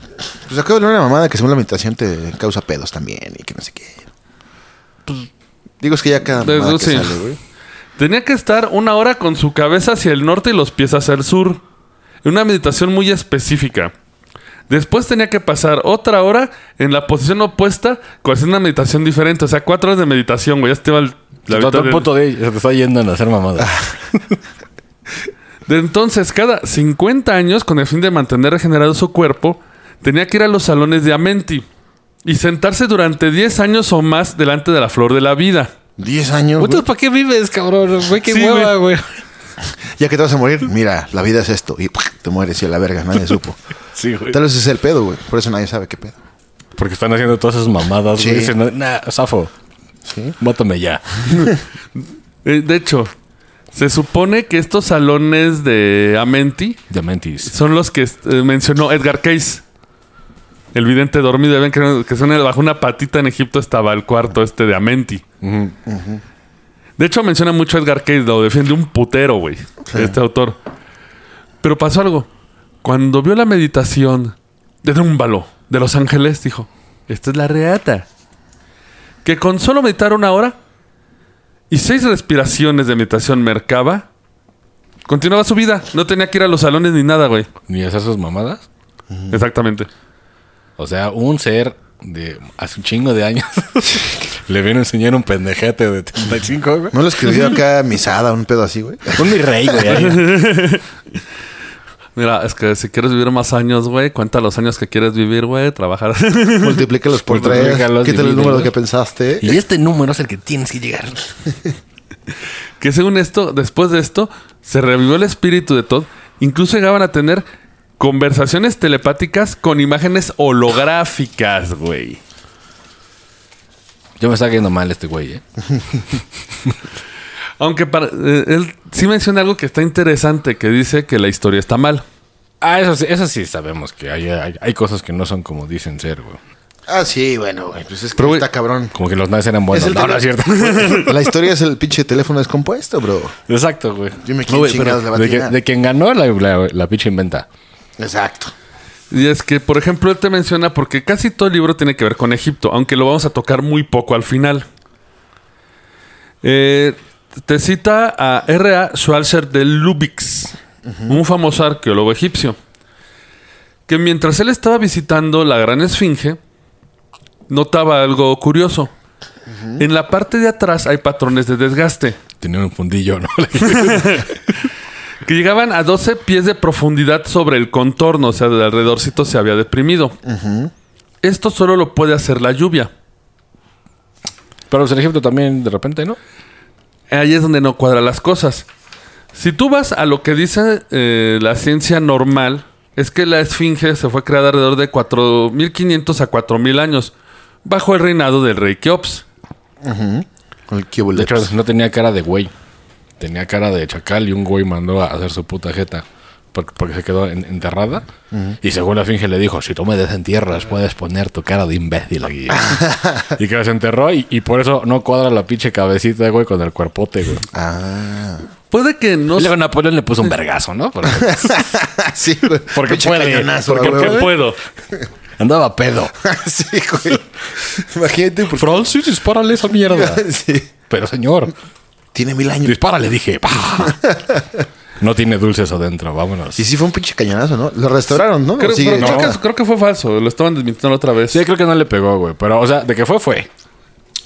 [SPEAKER 4] Pues acabo de leer una mamada que según la meditación te causa pedos también y que no sé qué.
[SPEAKER 3] Pues,
[SPEAKER 4] Digo, es que ya cada
[SPEAKER 2] Desde-
[SPEAKER 4] mamada que
[SPEAKER 2] sí.
[SPEAKER 4] sale, güey.
[SPEAKER 2] Tenía que estar una hora con su cabeza hacia el norte y los pies hacia el sur. En una meditación muy específica. Después tenía que pasar otra hora en la posición opuesta, con hacer una meditación diferente. O sea, cuatro horas de meditación, güey. Ya se te va el- la
[SPEAKER 3] Todo
[SPEAKER 2] mitad
[SPEAKER 3] el
[SPEAKER 2] del-
[SPEAKER 3] puto de se te está yendo en hacer mamadas.
[SPEAKER 2] De entonces, cada 50 años, con el fin de mantener regenerado su cuerpo, tenía que ir a los salones de Amenti y sentarse durante 10 años o más delante de la flor de la vida.
[SPEAKER 4] Diez años. güey.
[SPEAKER 3] Puto, ¿para qué vives, cabrón? Güey, qué
[SPEAKER 2] Sí,
[SPEAKER 3] hueva, güey.
[SPEAKER 4] Ya que te vas a morir, mira, la vida es esto. Y ¡pum! te mueres y a la verga, nadie supo.
[SPEAKER 3] Sí, güey.
[SPEAKER 4] Tal vez ese es el pedo, güey. Por eso nadie sabe qué pedo.
[SPEAKER 3] Porque están haciendo todas esas mamadas,
[SPEAKER 4] Sí.
[SPEAKER 3] güey. Dicen, nah, zafo.
[SPEAKER 4] Sí.
[SPEAKER 3] Mátame ya.
[SPEAKER 2] Eh, de hecho, se supone que estos salones de Amenti
[SPEAKER 3] Ya mentis.
[SPEAKER 2] son los que eh, mencionó Edgar Case. El vidente dormido, ven que, que suena bajo una patita en Egipto estaba el cuarto este de Amenti. De hecho, menciona mucho a Edgar Case, lo defiende un putero, güey, este autor. Pero pasó algo. Cuando vio la meditación de Drúmbalo, de Los Ángeles, dijo, esta es la reata. Que con solo meditar una hora y seis respiraciones de meditación mercaba, continuaba su vida. No tenía que ir a los salones ni nada, güey.
[SPEAKER 3] Ni hacer sus mamadas.
[SPEAKER 2] Exactamente.
[SPEAKER 3] O sea, un ser de hace un chingo de años le viene a enseñar un pendejete de 35, güey.
[SPEAKER 4] ¿No lo escribió acá Misada, un pedo así, güey?
[SPEAKER 3] Un mi rey, güey. ahí.
[SPEAKER 2] Mira, es que si quieres vivir más años, güey, cuenta los años que quieres vivir, güey, trabajar.
[SPEAKER 4] Multiplícalos por tres.
[SPEAKER 3] Multiplícalos,
[SPEAKER 4] Quítale el número
[SPEAKER 3] divídelos.
[SPEAKER 4] que pensaste.
[SPEAKER 3] y este número es el que tienes que llegar.
[SPEAKER 2] que según esto, después de esto, se revivió el espíritu de Todd. Incluso llegaban a tener conversaciones telepáticas con imágenes holográficas, güey.
[SPEAKER 3] Yo me está cayendo mal este güey, eh.
[SPEAKER 2] Aunque para- eh, él sí menciona algo que está interesante, que dice que la historia está mal.
[SPEAKER 3] Ah, eso sí, eso sí sabemos que hay, hay, hay cosas que no son como dicen ser, güey.
[SPEAKER 4] Ah, sí, bueno, güey. Pues es que
[SPEAKER 2] Pero, güey,
[SPEAKER 4] está cabrón.
[SPEAKER 3] Como que los nazis eran buenos.
[SPEAKER 4] Es el
[SPEAKER 3] No, no es cierto.
[SPEAKER 4] La historia es el pinche teléfono descompuesto, bro.
[SPEAKER 3] Exacto, güey.
[SPEAKER 4] Dime quién
[SPEAKER 3] No, güey,
[SPEAKER 4] chingados
[SPEAKER 3] pero
[SPEAKER 4] le va a
[SPEAKER 3] de, que-
[SPEAKER 4] tirar.
[SPEAKER 3] de quien ganó la, la, la pinche inventa.
[SPEAKER 4] Exacto.
[SPEAKER 2] Y es que, por ejemplo, él te menciona porque casi todo el libro tiene que ver con Egipto, aunque lo vamos a tocar muy poco al final. Eh, te cita a R.A. Schwarzer de Lubix, un famoso arqueólogo egipcio, que mientras él estaba visitando la Gran Esfinge, notaba algo curioso. En la parte de atrás hay patrones de desgaste
[SPEAKER 3] Tenía un fundillo, ¿no?
[SPEAKER 2] que llegaban a 12 pies de profundidad sobre el contorno, o sea, del alrededorcito se había deprimido. Esto solo lo puede hacer la lluvia.
[SPEAKER 3] pero pues, en Egipto también, de repente, ¿no?
[SPEAKER 2] Ahí es donde no cuadran las cosas. Si tú vas a lo que dice eh, la ciencia normal, es que la esfinge se fue creada alrededor de 4.500 a 4.000 años, bajo el reinado del rey Keops.
[SPEAKER 4] El que
[SPEAKER 3] Pues, De hecho, no tenía cara de güey. Tenía cara de chacal y un güey mandó a hacer su puta jeta. por- Porque se quedó en- enterrada. Y según la finge le dijo, si tú me desentierras, puedes poner tu cara de imbécil aquí. y que desenterró y, y por eso no cuadra la pinche cabecita, güey, con el cuerpote, güey.
[SPEAKER 4] Ah.
[SPEAKER 2] Puede que no...
[SPEAKER 3] Y luego Napoleón le puso un vergazo, ¿no? Pero
[SPEAKER 4] sí, güey.
[SPEAKER 3] Porque
[SPEAKER 4] Pinche
[SPEAKER 3] puede,
[SPEAKER 4] cañonazo,
[SPEAKER 3] porque
[SPEAKER 4] güey,
[SPEAKER 2] ¿Qué
[SPEAKER 4] güey.
[SPEAKER 2] puedo?
[SPEAKER 3] andaba pedo.
[SPEAKER 4] sí, güey. Imagínate. por-
[SPEAKER 3] Francis, dispárale esa mierda.
[SPEAKER 4] sí.
[SPEAKER 3] Pero señor,
[SPEAKER 4] Tiene mil años.
[SPEAKER 3] dispárale, dije. ¡Pah! No tiene dulces adentro, vámonos.
[SPEAKER 4] Y sí fue un pinche cañonazo, ¿no? Lo restauraron, ¿no?
[SPEAKER 2] Creo,
[SPEAKER 4] ¿O sigue
[SPEAKER 2] pero creo
[SPEAKER 4] hecho?
[SPEAKER 2] que, creo que fue falso, lo estaban desmintiendo otra vez.
[SPEAKER 3] Sí, creo que no le pegó, güey. Pero, o sea, de que fue, fue.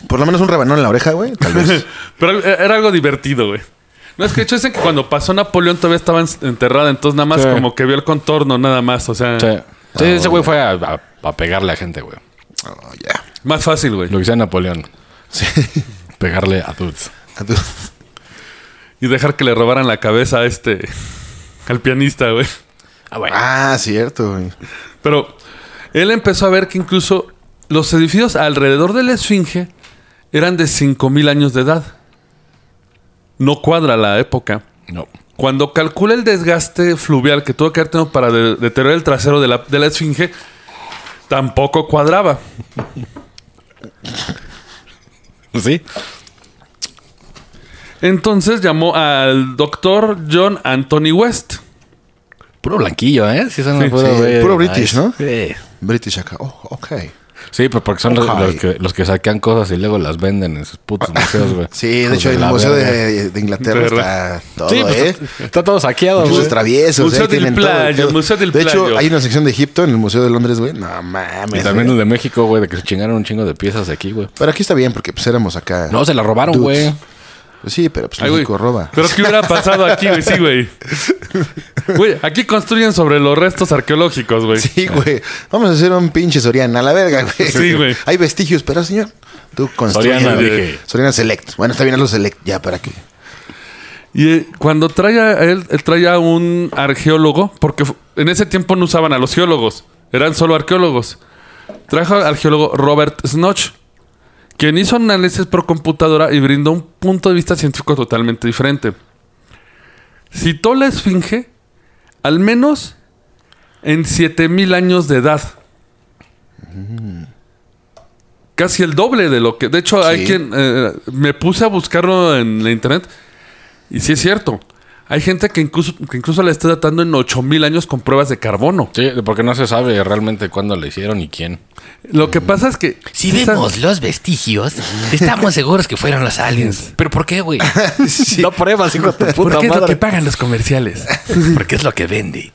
[SPEAKER 4] Por lo menos un rebanón en la oreja, güey. Tal vez.
[SPEAKER 2] Pero era era algo divertido, güey. No, es que de hecho dicen que cuando pasó Napoleón todavía estaba en- enterrada, entonces nada más
[SPEAKER 3] Sí.
[SPEAKER 4] Ah.
[SPEAKER 2] como que vio el contorno, nada más, o sea...
[SPEAKER 3] Sí, Sí, ese güey fue a, a- a pegarle a gente, güey.
[SPEAKER 4] Oh, ya.
[SPEAKER 2] Más fácil, güey.
[SPEAKER 3] Lo que sea Napoleón. Pegarle a dudes.
[SPEAKER 4] A tu-
[SPEAKER 2] Y dejar que le robaran la cabeza a este. al pianista, güey.
[SPEAKER 3] Ah, bueno.
[SPEAKER 4] Ah, cierto, güey.
[SPEAKER 2] Pero él empezó a ver que incluso los edificios alrededor de la Esfinge eran de 5.000 años de edad. No cuadra la época.
[SPEAKER 3] No.
[SPEAKER 2] Cuando calcula el desgaste fluvial que tuvo que haber tenido para de- deteriorar el trasero de la, de la Esfinge, tampoco cuadraba.
[SPEAKER 3] ¿Sí?
[SPEAKER 2] Entonces llamó al doctor John Anthony West.
[SPEAKER 3] Puro blanquillo, ¿eh? Sí, son puro,
[SPEAKER 4] sí,
[SPEAKER 3] güey,
[SPEAKER 4] puro British, ¿no?
[SPEAKER 3] Sí.
[SPEAKER 4] British acá. Oh, ok.
[SPEAKER 3] Sí, pues porque son los,
[SPEAKER 4] Ok.
[SPEAKER 3] los que, los que saquean cosas y luego las venden en sus putos museos, güey.
[SPEAKER 4] Sí, de
[SPEAKER 3] Hijos
[SPEAKER 4] hecho, el
[SPEAKER 3] la
[SPEAKER 4] Museo
[SPEAKER 3] verga.
[SPEAKER 4] de, de Inglaterra
[SPEAKER 2] Pero-
[SPEAKER 4] está todo,
[SPEAKER 3] Sí, pues,
[SPEAKER 4] ¿eh?
[SPEAKER 3] está todo saqueado,
[SPEAKER 4] Muchos
[SPEAKER 3] güey.
[SPEAKER 4] traviesos,
[SPEAKER 2] Museo
[SPEAKER 4] ¿eh?
[SPEAKER 2] del
[SPEAKER 4] Tienen todo,
[SPEAKER 2] Playa,
[SPEAKER 4] todo.
[SPEAKER 2] Museo del
[SPEAKER 4] De hecho,
[SPEAKER 2] Playa.
[SPEAKER 4] hay una sección de Egipto en el Museo de Londres, güey. No
[SPEAKER 3] Y
[SPEAKER 4] mames.
[SPEAKER 3] también
[SPEAKER 4] güey.
[SPEAKER 3] el de México, güey, de que se chingaron un chingo de piezas de aquí, güey.
[SPEAKER 4] Pero aquí está bien porque pues éramos acá.
[SPEAKER 3] No, se la robaron,
[SPEAKER 4] Dudes.
[SPEAKER 3] güey.
[SPEAKER 4] Pues sí, pero pues
[SPEAKER 2] Ay, güey.
[SPEAKER 4] México roba.
[SPEAKER 2] Pero ¿qué hubiera pasado aquí, güey? Sí, güey. Güey, aquí construyen sobre los restos arqueológicos, güey.
[SPEAKER 4] Sí, güey. Vamos a hacer un pinche Soriana a la verga, güey.
[SPEAKER 2] Sí, güey.
[SPEAKER 4] Hay vestigios, pero señor, tú construyes.
[SPEAKER 3] Soriana,
[SPEAKER 4] güey.
[SPEAKER 3] dije.
[SPEAKER 4] Soriana Select. Bueno, está bien hazlo Select ya para que
[SPEAKER 2] Y eh, cuando trae a él, él trae a un argeólogo, porque fu- en ese tiempo no usaban a los geólogos, eran solo arqueólogos. Trajo al arqueólogo Robert Snodch, quien hizo análisis por computadora y brindó un punto de vista científico totalmente diferente. Citó la esfinge al menos en 7000 años de edad. Casi el doble de lo que. De hecho, hay
[SPEAKER 4] Sí.
[SPEAKER 2] quien. eh, me puse a buscarlo en la internet. Y sí es cierto. Hay gente que incluso, que incluso la está datando en 8000 años con pruebas de carbono.
[SPEAKER 3] Sí, porque no se sabe realmente cuándo la hicieron y quién.
[SPEAKER 2] Lo que pasa es que.
[SPEAKER 5] Si
[SPEAKER 2] sí están-
[SPEAKER 5] vemos los vestigios, estamos seguros que fueron los aliens. ¿Pero por qué, güey?
[SPEAKER 3] No pruebas, hijo de
[SPEAKER 2] Porque es lo que pagan los comerciales.
[SPEAKER 5] Porque es lo que vende.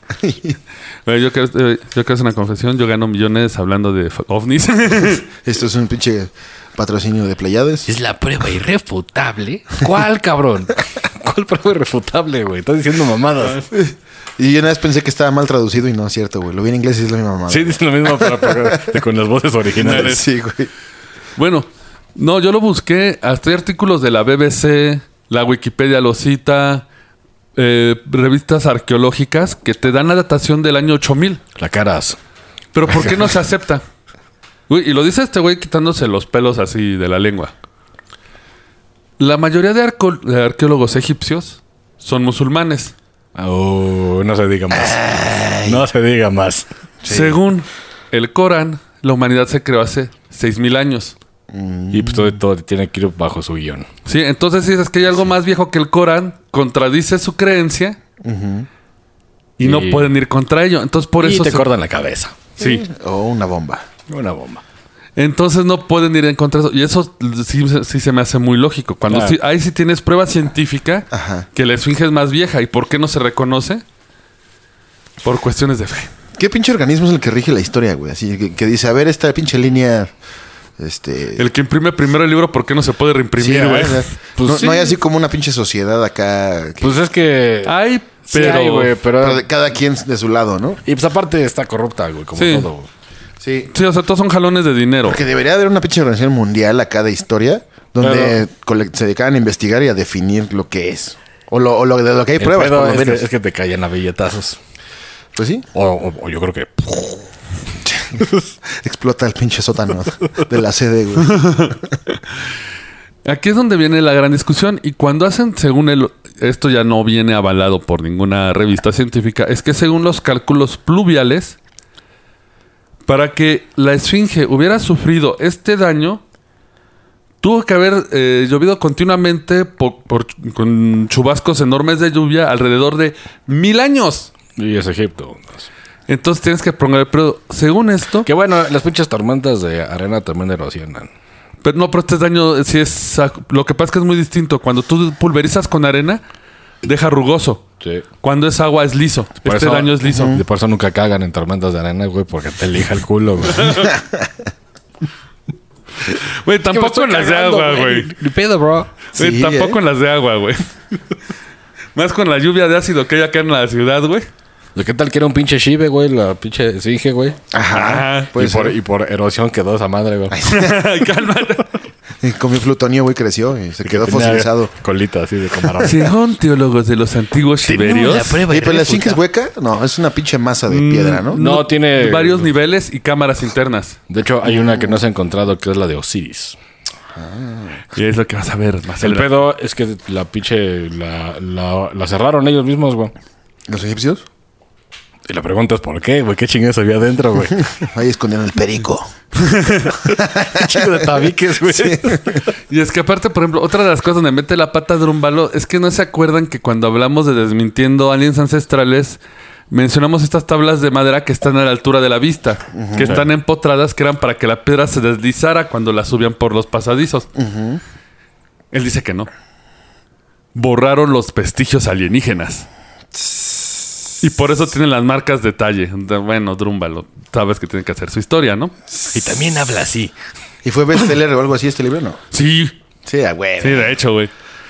[SPEAKER 2] Bueno, yo quiero, eh, yo quiero hacer una confesión. Yo gano millones hablando de f- ovnis.
[SPEAKER 4] esto es un pinche patrocinio de Playades.
[SPEAKER 5] Es la prueba irrefutable.
[SPEAKER 3] ¿Cuál, cabrón? ¿Cuál prueba irrefutable, güey? Estás diciendo mamadas.
[SPEAKER 4] Y yo una vez pensé que estaba mal traducido y no es cierto, güey. Lo vi en inglés y es la misma mamada.
[SPEAKER 3] Sí, dicen lo mismo, pero, pero con las voces originales.
[SPEAKER 4] sí, güey.
[SPEAKER 2] bueno, no, yo lo busqué. Hasta hay artículos de la BBC, la Wikipedia lo cita, eh, revistas arqueológicas que te dan la datación del año 8000.
[SPEAKER 3] La caras.
[SPEAKER 2] Pero ¿por qué no se acepta? Güey, y lo dice este güey quitándose los pelos así de la lengua. La mayoría de, arco- de arqueólogos egipcios son musulmanes.
[SPEAKER 3] Oh, no se diga más. No se diga más.
[SPEAKER 2] Según el Corán, la humanidad se creó hace 6.000 años.
[SPEAKER 3] Y pues todo, todo tiene que ir bajo su guión.
[SPEAKER 2] Sí, entonces si dices que hay algo más viejo que el Corán, contradice su creencia y no
[SPEAKER 3] Y-
[SPEAKER 2] pueden ir contra ello. Entonces por
[SPEAKER 3] y
[SPEAKER 2] eso...
[SPEAKER 3] te
[SPEAKER 2] se-
[SPEAKER 3] cortan la cabeza.
[SPEAKER 2] sí.
[SPEAKER 4] O una bomba.
[SPEAKER 3] Una bomba.
[SPEAKER 2] Entonces no pueden ir en contra de eso. Y eso sí, sí se me hace muy lógico. Cuando
[SPEAKER 3] Claro.
[SPEAKER 2] sí- ahí sí tienes prueba científica
[SPEAKER 4] Ajá.
[SPEAKER 2] que la esfinge es más vieja. ¿Y por qué no se reconoce? Por cuestiones de fe.
[SPEAKER 4] ¿Qué pinche organismo es el que rige la historia, güey? Así que, que dice, a ver, esta pinche línea. Este.
[SPEAKER 2] El que imprime primero el libro, ¿por qué no se puede
[SPEAKER 4] Sí,
[SPEAKER 2] reimprimir,
[SPEAKER 4] a
[SPEAKER 2] güey?
[SPEAKER 4] ver, a ver.
[SPEAKER 3] Pues
[SPEAKER 4] no,
[SPEAKER 3] sí.
[SPEAKER 4] no hay así como una pinche sociedad acá. que-
[SPEAKER 3] Pues es que.
[SPEAKER 2] Ay,
[SPEAKER 3] sí
[SPEAKER 2] pero.
[SPEAKER 3] hay, güey, pero.
[SPEAKER 4] pero de- cada quien de su lado, ¿no?
[SPEAKER 3] Y pues aparte está corrupta, güey, como
[SPEAKER 2] Sí.
[SPEAKER 3] todo. güey.
[SPEAKER 4] Sí.
[SPEAKER 2] Sí, o sea, todos son jalones de dinero.
[SPEAKER 4] Porque debería haber una pinche organización mundial acá de historia donde cole- se dedicaban a investigar y a definir lo que es. O lo, o lo- de lo que hay
[SPEAKER 3] El
[SPEAKER 4] pruebas,
[SPEAKER 3] pedo
[SPEAKER 4] por lo
[SPEAKER 3] es,
[SPEAKER 4] menos.
[SPEAKER 3] Que, es que te callan a billetazos.
[SPEAKER 4] Pues sí,
[SPEAKER 3] O, o- o yo creo que.
[SPEAKER 4] explota el pinche sótano de la sede, güey.
[SPEAKER 2] Aquí es donde viene la gran discusión. Y cuando hacen, según él, esto ya no viene avalado por ninguna revista científica, es que según los cálculos pluviales, para que la esfinge hubiera sufrido este daño, tuvo que haber eh, llovido continuamente por- por- con chubascos enormes de lluvia alrededor de mil años.
[SPEAKER 3] Y es Egipto. pues.
[SPEAKER 2] Entonces tienes que poner, pero según esto,
[SPEAKER 3] Que bueno, las pinches tormentas de arena también erosionan.
[SPEAKER 2] Pero no, pero este daño si es. Lo que pasa es que es muy distinto. Cuando tú pulverizas con arena, deja rugoso.
[SPEAKER 3] Sí.
[SPEAKER 2] Cuando es agua, es liso.
[SPEAKER 3] Por
[SPEAKER 2] este
[SPEAKER 3] eso-
[SPEAKER 2] daño es liso.
[SPEAKER 3] De por eso nunca cagan en tormentas de arena, güey, porque te lija el culo, güey.
[SPEAKER 2] Güey, tampoco en las de agua, güey.
[SPEAKER 3] Ni pedo, bro.
[SPEAKER 2] Güey,
[SPEAKER 4] Sí,
[SPEAKER 2] tampoco
[SPEAKER 4] ¿eh?
[SPEAKER 2] en las de agua, güey. Más con la lluvia de ácido que hay acá en la ciudad, güey.
[SPEAKER 3] ¿De ¿Qué tal que era un pinche Shive, güey? La pinche Sige, güey.
[SPEAKER 4] Ajá.
[SPEAKER 2] Ajá.
[SPEAKER 4] puede
[SPEAKER 3] y, por,
[SPEAKER 4] ser.
[SPEAKER 3] y por erosión quedó esa madre, güey.
[SPEAKER 2] Cálmate.
[SPEAKER 4] Y comió plutonio, güey, creció y se
[SPEAKER 3] Que
[SPEAKER 4] quedó
[SPEAKER 3] tenía
[SPEAKER 4] fosilizado.
[SPEAKER 3] Colita así de camarón.
[SPEAKER 2] Según teólogos de los antiguos
[SPEAKER 5] Tenemos la
[SPEAKER 2] siberios,
[SPEAKER 5] prueba
[SPEAKER 4] Oye,
[SPEAKER 5] y
[SPEAKER 4] pero pues la zinc
[SPEAKER 5] réfuta.
[SPEAKER 4] es hueca? No, es una pinche masa de piedra, ¿no?
[SPEAKER 3] Mm, No, tiene.
[SPEAKER 2] varios niveles y cámaras internas.
[SPEAKER 3] De hecho, hay una que no se ha encontrado que es la de Osiris.
[SPEAKER 4] Ah.
[SPEAKER 2] Y es lo que vas a ver más
[SPEAKER 3] El
[SPEAKER 2] adelante.
[SPEAKER 3] pedo es que la pinche. La, la, la cerraron ellos mismos, güey.
[SPEAKER 4] ¿Los egipcios?
[SPEAKER 3] Y la pregunta es por qué, güey. ¿Qué chingados había adentro, güey?
[SPEAKER 4] Ahí escondían el perico.
[SPEAKER 3] Chico de tabiques, güey.
[SPEAKER 2] Y es que aparte, por ejemplo, otra de las cosas donde mete la pata Drumbalo es que no se acuerdan que cuando hablamos de desmintiendo aliens ancestrales, mencionamos estas tablas de madera que están a la altura de la vista, que están empotradas, que eran para que la piedra se deslizara cuando la subían por los pasadizos. Él dice que no. Borraron los vestigios alienígenas. Y por eso tienen las marcas detalle. Bueno, Drumbalo, sabes que tiene que hacer su historia, ¿no?
[SPEAKER 5] Y también habla así.
[SPEAKER 4] ¿Y fue bestseller o algo así este libro? No.
[SPEAKER 2] Sí,
[SPEAKER 4] Sí, a huevo.
[SPEAKER 2] Sí, de hecho, güey.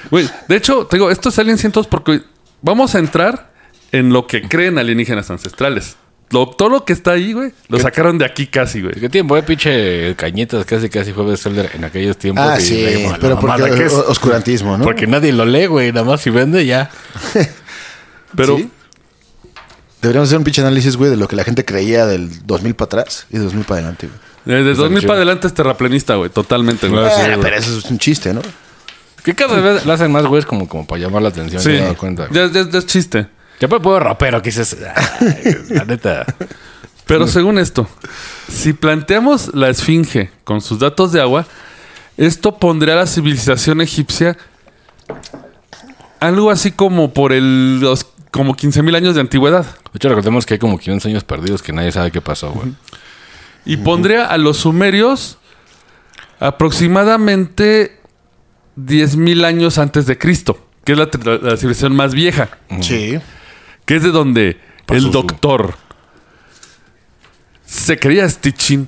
[SPEAKER 2] Güey, de hecho, te digo, estos aliens cientos porque vamos a entrar en lo que creen alienígenas ancestrales. Lo- todo lo que está ahí, güey, lo sacaron de aquí casi, güey.
[SPEAKER 3] ¿Qué tiempo, eh? Pinche cañitas casi, casi jueves Zelder en aquellos tiempos.
[SPEAKER 4] Ah,
[SPEAKER 3] y
[SPEAKER 4] sí,
[SPEAKER 3] la- la
[SPEAKER 4] pero porque
[SPEAKER 3] mamada que es.
[SPEAKER 4] o- oscurantismo, ¿no?
[SPEAKER 3] Porque nadie lo lee, güey. Nada más si vende, ya.
[SPEAKER 2] Pero eh,
[SPEAKER 4] ¿Sí? Deberíamos hacer un pinche análisis, güey, de lo que la gente creía del 2000 para atrás y 2000 para adelante, güey.
[SPEAKER 2] desde 2000
[SPEAKER 3] chido.
[SPEAKER 2] para adelante es terraplenista, güey, totalmente, güey.
[SPEAKER 3] Claro, sí,
[SPEAKER 4] Ah,
[SPEAKER 3] güey.
[SPEAKER 4] pero eso es un chiste, ¿no?
[SPEAKER 3] Que cada vez la hacen más, güey, es como, como para llamar la atención.
[SPEAKER 2] Sí,
[SPEAKER 3] me he dado cuenta.
[SPEAKER 2] ya, ya- ya es chiste.
[SPEAKER 3] Ya pues puedo rapero, que dices. "Ay, La neta.
[SPEAKER 2] Pero según esto, si planteamos la esfinge con sus datos de agua, esto pondría a la civilización egipcia algo así como por el, los, como 15.000 años de antigüedad.
[SPEAKER 3] De hecho, recordemos que hay como 500 años perdidos que nadie sabe qué pasó, güey.
[SPEAKER 2] Y pondría a los sumerios aproximadamente 10.000 años antes de Cristo, que es la, tra- la civilización más vieja,
[SPEAKER 4] Sí.
[SPEAKER 2] que es de donde
[SPEAKER 3] Pasó
[SPEAKER 2] el
[SPEAKER 3] su-
[SPEAKER 2] doctor se creía Stitching.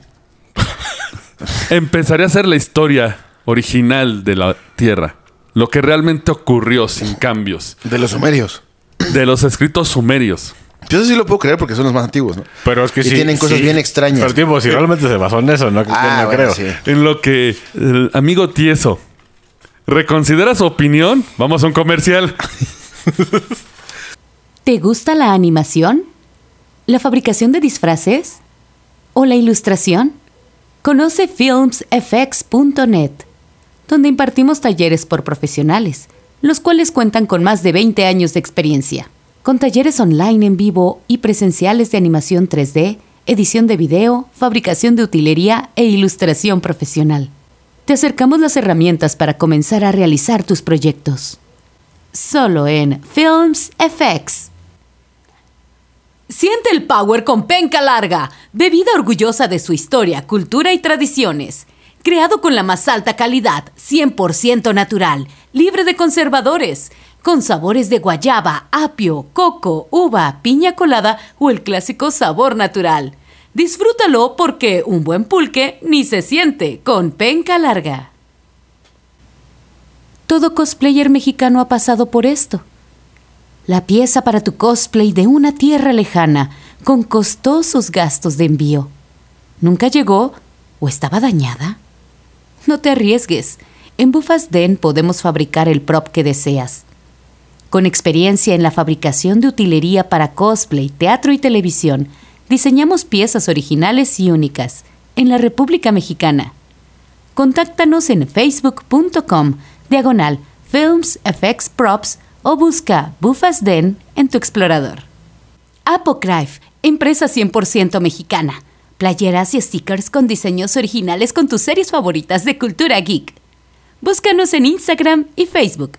[SPEAKER 2] empezaría a hacer la historia original de la Tierra, lo que realmente ocurrió sin cambios,
[SPEAKER 4] De los sumerios.
[SPEAKER 2] de los escritos sumerios.
[SPEAKER 4] Yo eso sí lo puedo creer porque son los más antiguos, ¿no?
[SPEAKER 3] Pero es que
[SPEAKER 4] Y tienen cosas bien extrañas.
[SPEAKER 3] Pero tiempo, si realmente se basó en eso, no,
[SPEAKER 4] Ah,
[SPEAKER 3] no
[SPEAKER 4] bueno,
[SPEAKER 3] creo.
[SPEAKER 4] sí.
[SPEAKER 2] En lo que el amigo tieso reconsidera su opinión, vamos a un comercial.
[SPEAKER 1] ¿Te gusta la animación? ¿La fabricación de disfraces? ¿O la ilustración? Conoce filmsfx.net, donde impartimos talleres por profesionales, los cuales cuentan con más de 20 años de experiencia, con talleres online en vivo y presenciales de animación 3D, edición de video, fabricación de utilería e ilustración profesional. Te acercamos las herramientas para comenzar a realizar tus proyectos solo en Films FX. Siente el power con penca larga, bebida orgullosa de su historia, cultura y tradiciones. Creado con la más alta calidad, 100% natural, libre de conservadores, con sabores de guayaba, apio, coco, uva, piña colada o el clásico sabor natural. Disfrútalo porque un buen pulque ni se siente con penca larga. Todo cosplayer mexicano ha pasado por esto. La pieza para tu cosplay de una tierra lejana, con costosos gastos de envío. ¿Nunca llegó o estaba dañada? No te arriesgues. En Bufas Den podemos fabricar el prop que deseas. Con experiencia en la fabricación de utilería para cosplay, teatro y televisión, diseñamos piezas originales y únicas en la República Mexicana. Contáctanos en facebook.com diagonal Films FX Props o busca Bufas Den en tu explorador. Apocryph, empresa 100% mexicana. Playeras y stickers con diseños originales con tus series favoritas de cultura geek. Búscanos en Instagram y Facebook.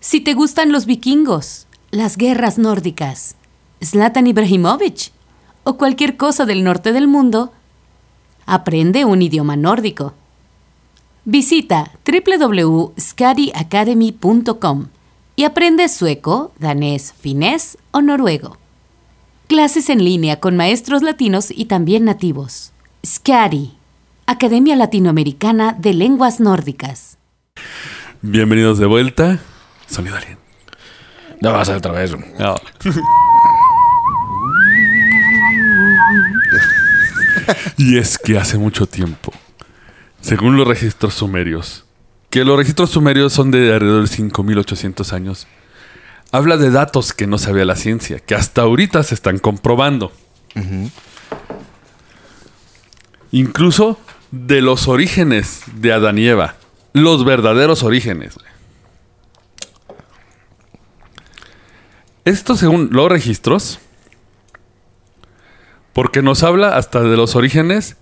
[SPEAKER 1] Si te gustan los vikingos, las guerras nórdicas, Zlatan Ibrahimovic o cualquier cosa del norte del mundo, Aprende un idioma nórdico. Visita www.skadiacademy.com y aprende sueco, danés, finés o noruego. Clases en línea con maestros latinos y también nativos. SCADI, Academia Latinoamericana de Lenguas Nórdicas.
[SPEAKER 2] Bienvenidos de vuelta. Sonido alien.
[SPEAKER 3] No vas a hacer otra vez, güey.
[SPEAKER 2] No. Y es que hace mucho tiempo, según los registros sumerios, que los registros sumerios son de alrededor de 5800 años, habla de datos que no sabía la ciencia, que hasta ahorita se están comprobando. Incluso de los orígenes de Adán y Eva, los verdaderos orígenes. güey. Esto según los registros, porque nos habla hasta de los orígenes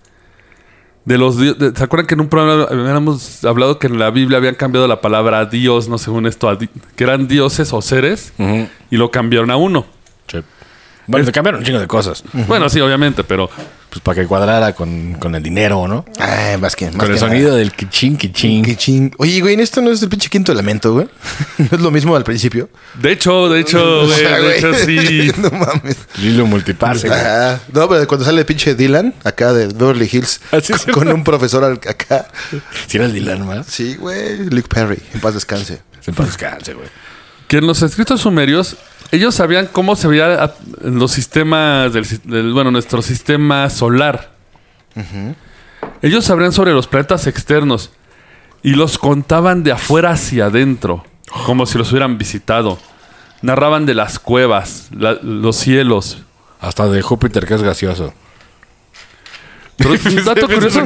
[SPEAKER 2] de los di- de- ¿Se acuerdan que en un programa habíamos hablado que en la Biblia habían cambiado la palabra Dios, no según esto, a di- que eran dioses o seres,
[SPEAKER 3] Ujú.
[SPEAKER 2] y lo cambiaron a uno?
[SPEAKER 3] Sí. Bueno, te cambiaron un chingo de cosas.
[SPEAKER 2] Bueno, sí, obviamente, pero
[SPEAKER 3] Pues para que cuadrara con, con el dinero, ¿no?
[SPEAKER 4] Ay, Ah, más que. Más
[SPEAKER 3] con
[SPEAKER 4] que
[SPEAKER 3] el
[SPEAKER 4] nada.
[SPEAKER 3] sonido del kichín, kichín.
[SPEAKER 4] Qué ching. Oye, güey, ¿en esto no es el pinche quinto elemento, güey? ¿No es lo mismo al principio?
[SPEAKER 2] de hecho, de hecho,
[SPEAKER 4] O
[SPEAKER 2] güey,
[SPEAKER 4] sea,
[SPEAKER 2] de
[SPEAKER 4] güey.
[SPEAKER 2] hecho sí.
[SPEAKER 4] no mames.
[SPEAKER 3] Lilo multipase. güey.
[SPEAKER 4] Ajá. no, pero cuando sale el pinche Dylan, acá de Beverly Hills,
[SPEAKER 2] Ah,
[SPEAKER 3] Así es
[SPEAKER 4] con, con un profesor al- acá.
[SPEAKER 3] Si era el Dylan más.
[SPEAKER 4] Sí, güey. Luke Perry, en paz descanse.
[SPEAKER 3] Se paz descanse, güey.
[SPEAKER 2] Que en los escritos sumerios, ellos sabían cómo se veía a- en los sistemas del, si- del- bueno, nuestro sistema solar. Ellos sabrían sobre los planetas externos y los contaban de afuera hacia adentro, como si los hubieran visitado. Narraban de las cuevas, la- los cielos.
[SPEAKER 3] Hasta de Júpiter, que es gaseoso.
[SPEAKER 2] Pero es un dato curioso.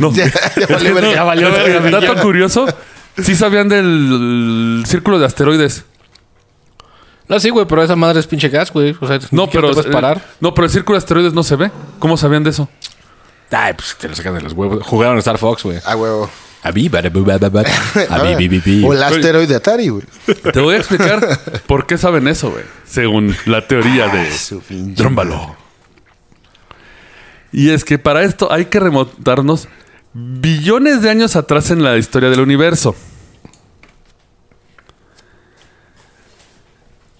[SPEAKER 2] No.
[SPEAKER 4] Ya, ya valió
[SPEAKER 2] Es que
[SPEAKER 4] verga.
[SPEAKER 2] no, el Dato curioso, sí sabían del círculo de asteroides.
[SPEAKER 3] No, sí, güey, pero esa madre es pinche gas, güey. O sea,
[SPEAKER 2] No, pero eh,
[SPEAKER 3] ¿Puedes parar?
[SPEAKER 2] No, pero el círculo de asteroides no se ve. ¿Cómo sabían de eso?
[SPEAKER 3] Ay, pues te lo sacan de los huevos. Jugaron a Star Fox, güey.
[SPEAKER 4] Ah, huevo.
[SPEAKER 3] A mí, ba- ba- ba- ba- a mí, bi- bi- bi.
[SPEAKER 4] O el asteroide de Atari, güey.
[SPEAKER 2] Te voy a explicar por qué saben eso, güey. Según la teoría de
[SPEAKER 4] su pinche
[SPEAKER 2] Trómbalo. Y es que para esto hay que remontarnos billones de años atrás en la historia del universo.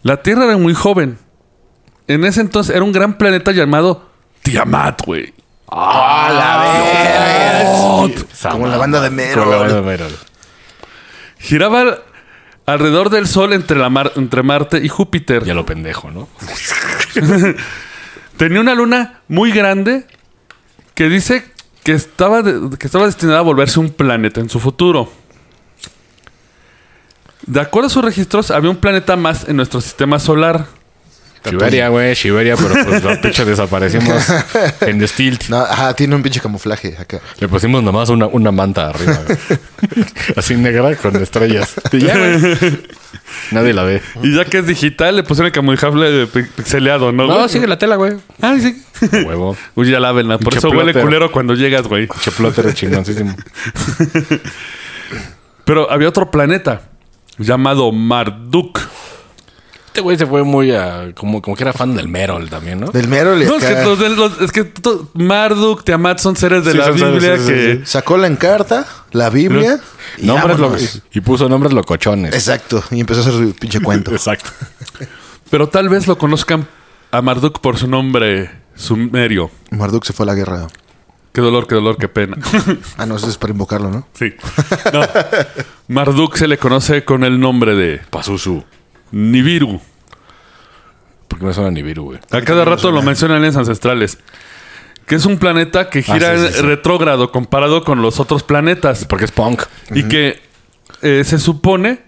[SPEAKER 2] La Tierra era muy joven. En ese entonces era un gran planeta llamado Tiamat, güey.
[SPEAKER 4] Como la banda de Mero.
[SPEAKER 3] Con la banda de Mero.
[SPEAKER 2] Giraba al- alrededor del Sol entre, la mar- entre Marte y Júpiter.
[SPEAKER 3] Ya lo pendejo, ¿no?
[SPEAKER 2] Tenía una luna muy grande que dice que estaba, de- que estaba destinada a volverse un planeta en su futuro. De acuerdo a sus registros, había un planeta más en nuestro sistema solar.
[SPEAKER 3] Shiberia, güey, Shiberia, pero pues la pinche desaparecimos en The Stilt.
[SPEAKER 4] No, ajá, tiene un pinche camuflaje acá.
[SPEAKER 3] Le pusimos nomás una, una manta arriba, güey. Así negra con estrellas. Y ya, güey. Nadie la ve.
[SPEAKER 2] Y ya que es digital, le pusieron el camuflaje pi- pixeleado, ¿no? güey?
[SPEAKER 3] la tela, güey.
[SPEAKER 2] Ay, sí.
[SPEAKER 3] Huevo.
[SPEAKER 2] Uy, ya lávenla. Por
[SPEAKER 3] Pinche
[SPEAKER 2] eso huele
[SPEAKER 3] plotter.
[SPEAKER 2] culero cuando llegas, güey.
[SPEAKER 3] Cheplotero chingoncísimo.
[SPEAKER 2] Pero había otro planeta llamado Marduk.
[SPEAKER 3] Este güey se fue muy a. Como, como que era fan del Merol también, ¿no?
[SPEAKER 4] Del Mero le
[SPEAKER 2] No, es que,
[SPEAKER 4] acá.
[SPEAKER 2] los de- los- es que to- Marduk, Tiamat son seres de
[SPEAKER 3] Sí,
[SPEAKER 2] la
[SPEAKER 3] son seres,
[SPEAKER 2] Biblia
[SPEAKER 3] sí, sí,
[SPEAKER 2] que...
[SPEAKER 4] Sacó la encarta, la Biblia. y
[SPEAKER 3] Nombres
[SPEAKER 4] vámonos.
[SPEAKER 3] locos. Y puso nombres locochones.
[SPEAKER 4] Exacto. Y empezó a hacer su pinche cuento.
[SPEAKER 3] Exacto.
[SPEAKER 2] Pero tal vez lo conozcan a Marduk por su nombre sumerio.
[SPEAKER 4] Marduk se fue a la guerra.
[SPEAKER 2] Qué dolor, qué dolor, qué pena.
[SPEAKER 4] Ah, no, eso es para invocarlo, ¿no?
[SPEAKER 2] sí. No. Marduk se le conoce con el nombre de
[SPEAKER 3] Pazuzu.
[SPEAKER 2] Nibiru.
[SPEAKER 3] Porque no suena Nibiru, güey.
[SPEAKER 2] A cada rato lo mencionan en los ancestrales. Que es un planeta que gira
[SPEAKER 3] Ah, sí, sí,
[SPEAKER 2] en
[SPEAKER 3] sí.
[SPEAKER 2] retrógrado comparado con los otros planetas.
[SPEAKER 3] Porque es punk.
[SPEAKER 2] Y que eh, se supone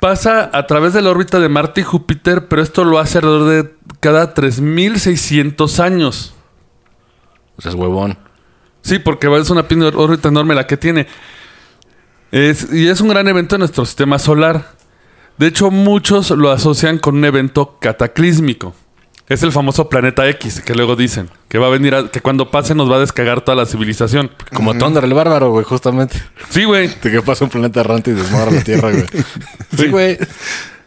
[SPEAKER 2] pasa a través de la órbita de Marte y Júpiter, pero esto lo hace alrededor de cada 3.600 años.
[SPEAKER 3] O sea, es huevón.
[SPEAKER 2] Sí, porque es una pin- órbita enorme la que tiene. Es- y es un gran evento en nuestro sistema solar. De hecho, muchos lo asocian con un evento cataclísmico. Es el famoso planeta X, que luego dicen, que va a venir, a- que cuando pase nos va a descagar toda la civilización.
[SPEAKER 3] Como Thunder el bárbaro, güey, justamente.
[SPEAKER 2] Sí, güey.
[SPEAKER 3] De que pasa un planeta errante y desmadra la Tierra, güey. Sí, güey.